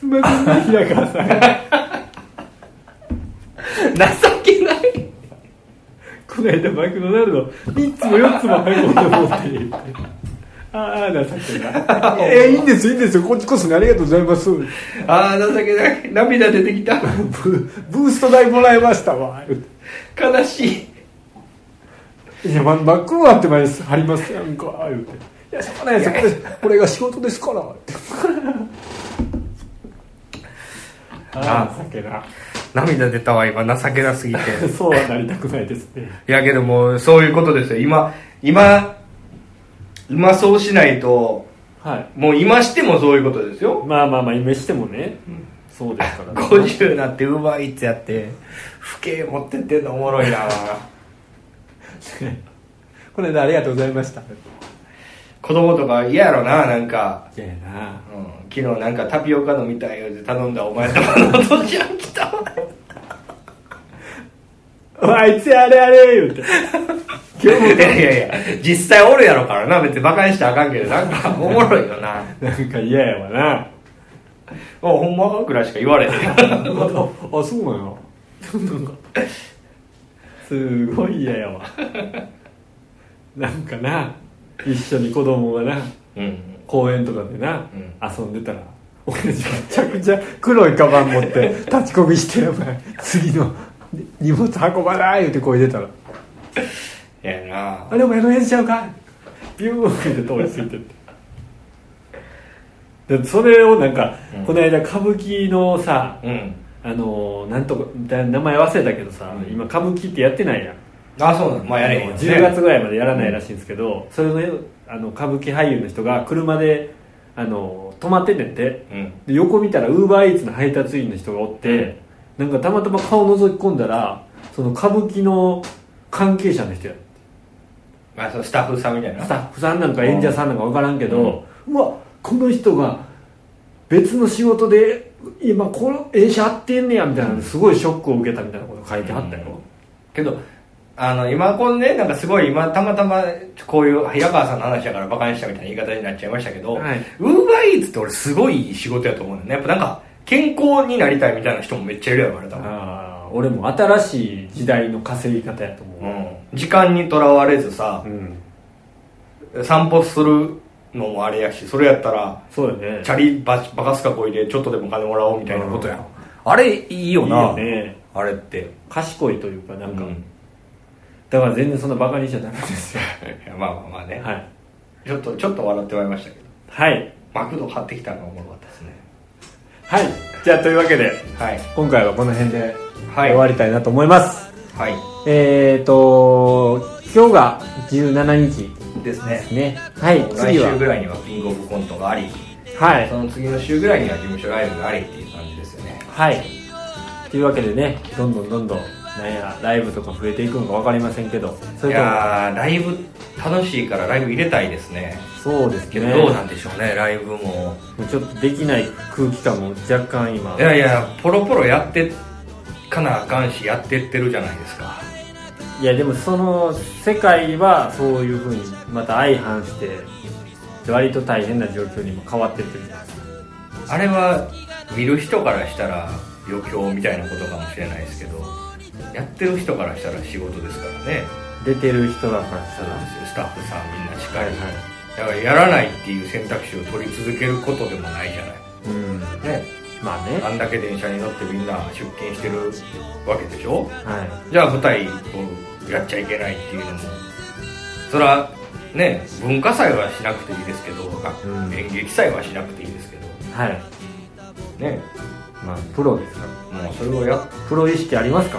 [SPEAKER 1] すんませんね平川さん
[SPEAKER 2] 情けない
[SPEAKER 1] この間マクドナルド3つも4つも入ろうと思って言ってああ情けないいやいいんですよいいんですよこっちこそねありがとうございますブ
[SPEAKER 2] ああ情けない涙出てきた
[SPEAKER 1] ブースト代もらいましたわ
[SPEAKER 2] 悲しい
[SPEAKER 1] いや、ま、真っ黒なって前です貼りますやんか言うて「いやしょうがないですよこれこれが仕事ですから」って ああ情けな
[SPEAKER 2] 涙出たわ今情けなすぎて
[SPEAKER 1] そうはなりたくないですね
[SPEAKER 2] いやけどもうそういうことですよ今今今そうしないと
[SPEAKER 1] はい
[SPEAKER 2] もう今してもそういうことですよ
[SPEAKER 1] まあまあまあ今してもね、そうですから、ね、
[SPEAKER 2] 50になってウーバーイーツやって父兄持ってってんのおもろいな
[SPEAKER 1] この間ありがとうございました い
[SPEAKER 2] 子供とか嫌やろななんか、
[SPEAKER 1] ややな
[SPEAKER 2] うん、昨日なんかタピオカ飲みたいよって頼んだお前様のお父ちゃん来たわ
[SPEAKER 1] おいあいつやれあれ言うて
[SPEAKER 2] いやいやいや実際おるやろからな別にバカにしたらあかんけどなんかおもろいよ な
[SPEAKER 1] なんか嫌やわな
[SPEAKER 2] おほんまぐらいしか言われへん
[SPEAKER 1] あそうなんやなんかすごい嫌やわなんかな一緒に子供がな
[SPEAKER 2] うん
[SPEAKER 1] 公園とかでな、
[SPEAKER 2] うん
[SPEAKER 1] 遊んでたら俺たちめちゃくちゃ黒いカバン持って立ち込みしてお前次の荷物運ばない言うて声出たら「
[SPEAKER 2] やな
[SPEAKER 1] あれお前のやつちゃうか?」ビューンって通り過ぎてってでそれをなんか、
[SPEAKER 2] うん
[SPEAKER 1] この間歌舞伎のさ
[SPEAKER 2] うん
[SPEAKER 1] あのーなんとかだ名前忘れたけどさ、
[SPEAKER 2] うん
[SPEAKER 1] 今歌舞伎ってやってないやん
[SPEAKER 2] あそうなのまあやれへんよね
[SPEAKER 1] 10月ぐらいまでやらないらしいんですけど、それのあの歌舞伎俳優の人が車であの泊まってんねんて
[SPEAKER 2] うん
[SPEAKER 1] で横見たらウーバーイーツの配達員の人がおって、なんかたまたま顔覗き込んだらその歌舞伎の関係者の人や
[SPEAKER 2] まあそのスタッフさんみたいな
[SPEAKER 1] スタッフさんなんか演者さんなんか分からんけど、うわこの人が別の仕事で今この演者やってんねやみたいなのですごいショックを受けたみたいなこと書いてあったよ、
[SPEAKER 2] けどあの今このねなんかすごい今たまたまこういう平川さんの話だからバカにしたみたいな言い方になっちゃいましたけど、
[SPEAKER 1] はい
[SPEAKER 2] ウーバーイーツって俺すごい仕事やと思うのねやっぱなんか健康になりたいみたいな人もめっちゃいるやろあれ多分
[SPEAKER 1] ああ俺も新しい時代の稼ぎ方やと
[SPEAKER 2] う
[SPEAKER 1] 思
[SPEAKER 2] ん、時間にとらわれずさ
[SPEAKER 1] う、うん
[SPEAKER 2] 散歩するのもあれやしそれやったら
[SPEAKER 1] そうだよね
[SPEAKER 2] チャリババカスカこいでちょっとでも金もらおうみたいなことやん、あれいいよ
[SPEAKER 1] いい
[SPEAKER 2] な
[SPEAKER 1] よね
[SPEAKER 2] あれって
[SPEAKER 1] 賢いというかなんか、
[SPEAKER 2] うん
[SPEAKER 1] だから全然そんなバカにしちゃダメですよ
[SPEAKER 2] い やまあまあまあね、
[SPEAKER 1] はい
[SPEAKER 2] ちょっとちょっと笑ってまいりましたけど
[SPEAKER 1] はい
[SPEAKER 2] マクド買ってきたのがおもろかったですね
[SPEAKER 1] はいじゃあというわけで
[SPEAKER 2] はい
[SPEAKER 1] 今回はこの辺で
[SPEAKER 2] はい
[SPEAKER 1] 終わりたいなと思います、
[SPEAKER 2] はい
[SPEAKER 1] えっ、ー、と今日が17日
[SPEAKER 2] です
[SPEAKER 1] で
[SPEAKER 2] ね
[SPEAKER 1] すねはい
[SPEAKER 2] 来
[SPEAKER 1] 次
[SPEAKER 2] 週ぐ
[SPEAKER 1] は
[SPEAKER 2] らいにはキングオブコントがあり
[SPEAKER 1] はい
[SPEAKER 2] その次の週ぐらいには事務所ライブがありっていう感じですよね
[SPEAKER 1] はいというわけでねどんどんどんどんなんやライブとか増えていくのか分かりませんけどそ
[SPEAKER 2] い
[SPEAKER 1] れとも
[SPEAKER 2] やーライブ楽しいからライブ入れたいですね
[SPEAKER 1] そうです
[SPEAKER 2] け
[SPEAKER 1] け
[SPEAKER 2] ど
[SPEAKER 1] ど
[SPEAKER 2] どうなんでしょうねライブも
[SPEAKER 1] もうちょっとできない空気感も若干今
[SPEAKER 2] いやいやポロポロやってかなあかんしやってってるじゃないですか
[SPEAKER 1] いやでもその世界はそういうふうにまた相反して割と大変な状況にも変わってってるじゃないですか
[SPEAKER 2] あれは見る人からしたら余興みたいなことかもしれないですけどやってる人からしたら仕事ですからね
[SPEAKER 1] 出てる人らからし
[SPEAKER 2] そ
[SPEAKER 1] た
[SPEAKER 2] う
[SPEAKER 1] ら
[SPEAKER 2] なんですよスタッフさんみんなしっか
[SPEAKER 1] はい
[SPEAKER 2] り、
[SPEAKER 1] はい
[SPEAKER 2] だからやらないっていう選択肢を取り続けることでもないじゃない
[SPEAKER 1] うん
[SPEAKER 2] ね
[SPEAKER 1] まあね
[SPEAKER 2] あんだけ電車に乗ってみんな出勤してるわけでしょ
[SPEAKER 1] は
[SPEAKER 2] じゃあ舞台をやっちゃいけないっていうのもそれはね文化祭はしなくていいですけど、
[SPEAKER 1] ん
[SPEAKER 2] 演劇祭はしなくていいですけど
[SPEAKER 1] いはい
[SPEAKER 2] ね
[SPEAKER 1] まあプロですから
[SPEAKER 2] もうそれをやっ
[SPEAKER 1] プロ意識ありますか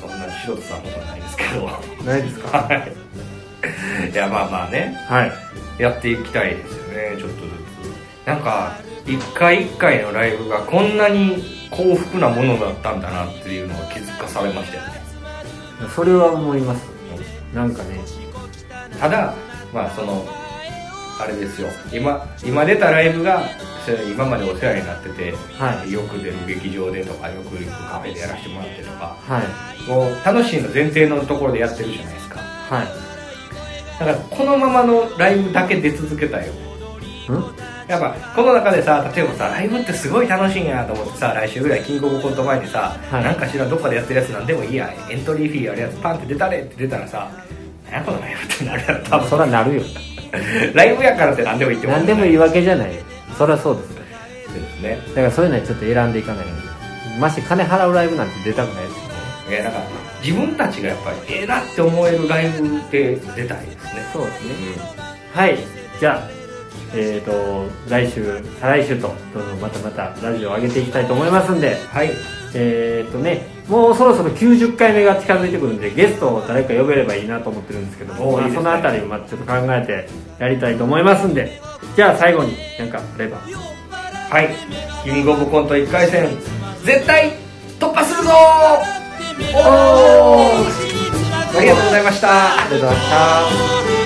[SPEAKER 2] そんな素人さんことはないですけど
[SPEAKER 1] ないですか
[SPEAKER 2] はいいやまあまあね
[SPEAKER 1] はい
[SPEAKER 2] やっていきたいですよねちょっとずつなんか一回一回のライブがこんなに幸福なものだったんだなっていうのが気づかされましたよね
[SPEAKER 1] それは思いますなんかね
[SPEAKER 2] ただまあそのあれですよ今今出たライブがそれ今までお世話になってて、
[SPEAKER 1] はい
[SPEAKER 2] よく出る劇場でとかよく行くカフェでやらせてもらってとか
[SPEAKER 1] はい
[SPEAKER 2] こう楽しいの前提のところでやってるじゃないですか
[SPEAKER 1] はい
[SPEAKER 2] だからこのままのライブだけ出続けたいよ
[SPEAKER 1] うん
[SPEAKER 2] やっぱこの中でさ例えばさライブってすごい楽しいんやと思ってさ来週ぐらいキングオブコント前にさ、
[SPEAKER 1] はい
[SPEAKER 2] なんかしらどっかでやってるやつなんでもいいやエントリーフィーあるやつパンって出たれって出たらさ何やこのライブってなるやろ多分
[SPEAKER 1] そらなるよ
[SPEAKER 2] ライブやからって何でもいいってこと
[SPEAKER 1] 何でもいい
[SPEAKER 2] わ
[SPEAKER 1] わけじゃないよそらそうですよ
[SPEAKER 2] けですね
[SPEAKER 1] だからそういうのはちょっと選んでいかないようにまして金払うライブなんて出たくないですよ
[SPEAKER 2] いやなんか自分たちがやっぱりええなって思えるライブって出たいですね
[SPEAKER 1] そうですねはいじゃあえっ、と来週再来週とどんどんまたまたラジオを上げていきたいと思いますんで
[SPEAKER 2] はい
[SPEAKER 1] えっ、とねもうそろそろ90回目が近づいてくるんでゲストを誰か呼べればいいなと思ってるんですけどま
[SPEAKER 2] おー
[SPEAKER 1] あ
[SPEAKER 2] いいです
[SPEAKER 1] そ
[SPEAKER 2] ね
[SPEAKER 1] のあたりもまあちょっと考えてやりたいと思いますんでじゃあ最後になんかあれば
[SPEAKER 2] はいキングオブコント1回戦絶対突破するぞーおおありがとうございました
[SPEAKER 1] ありがとうございました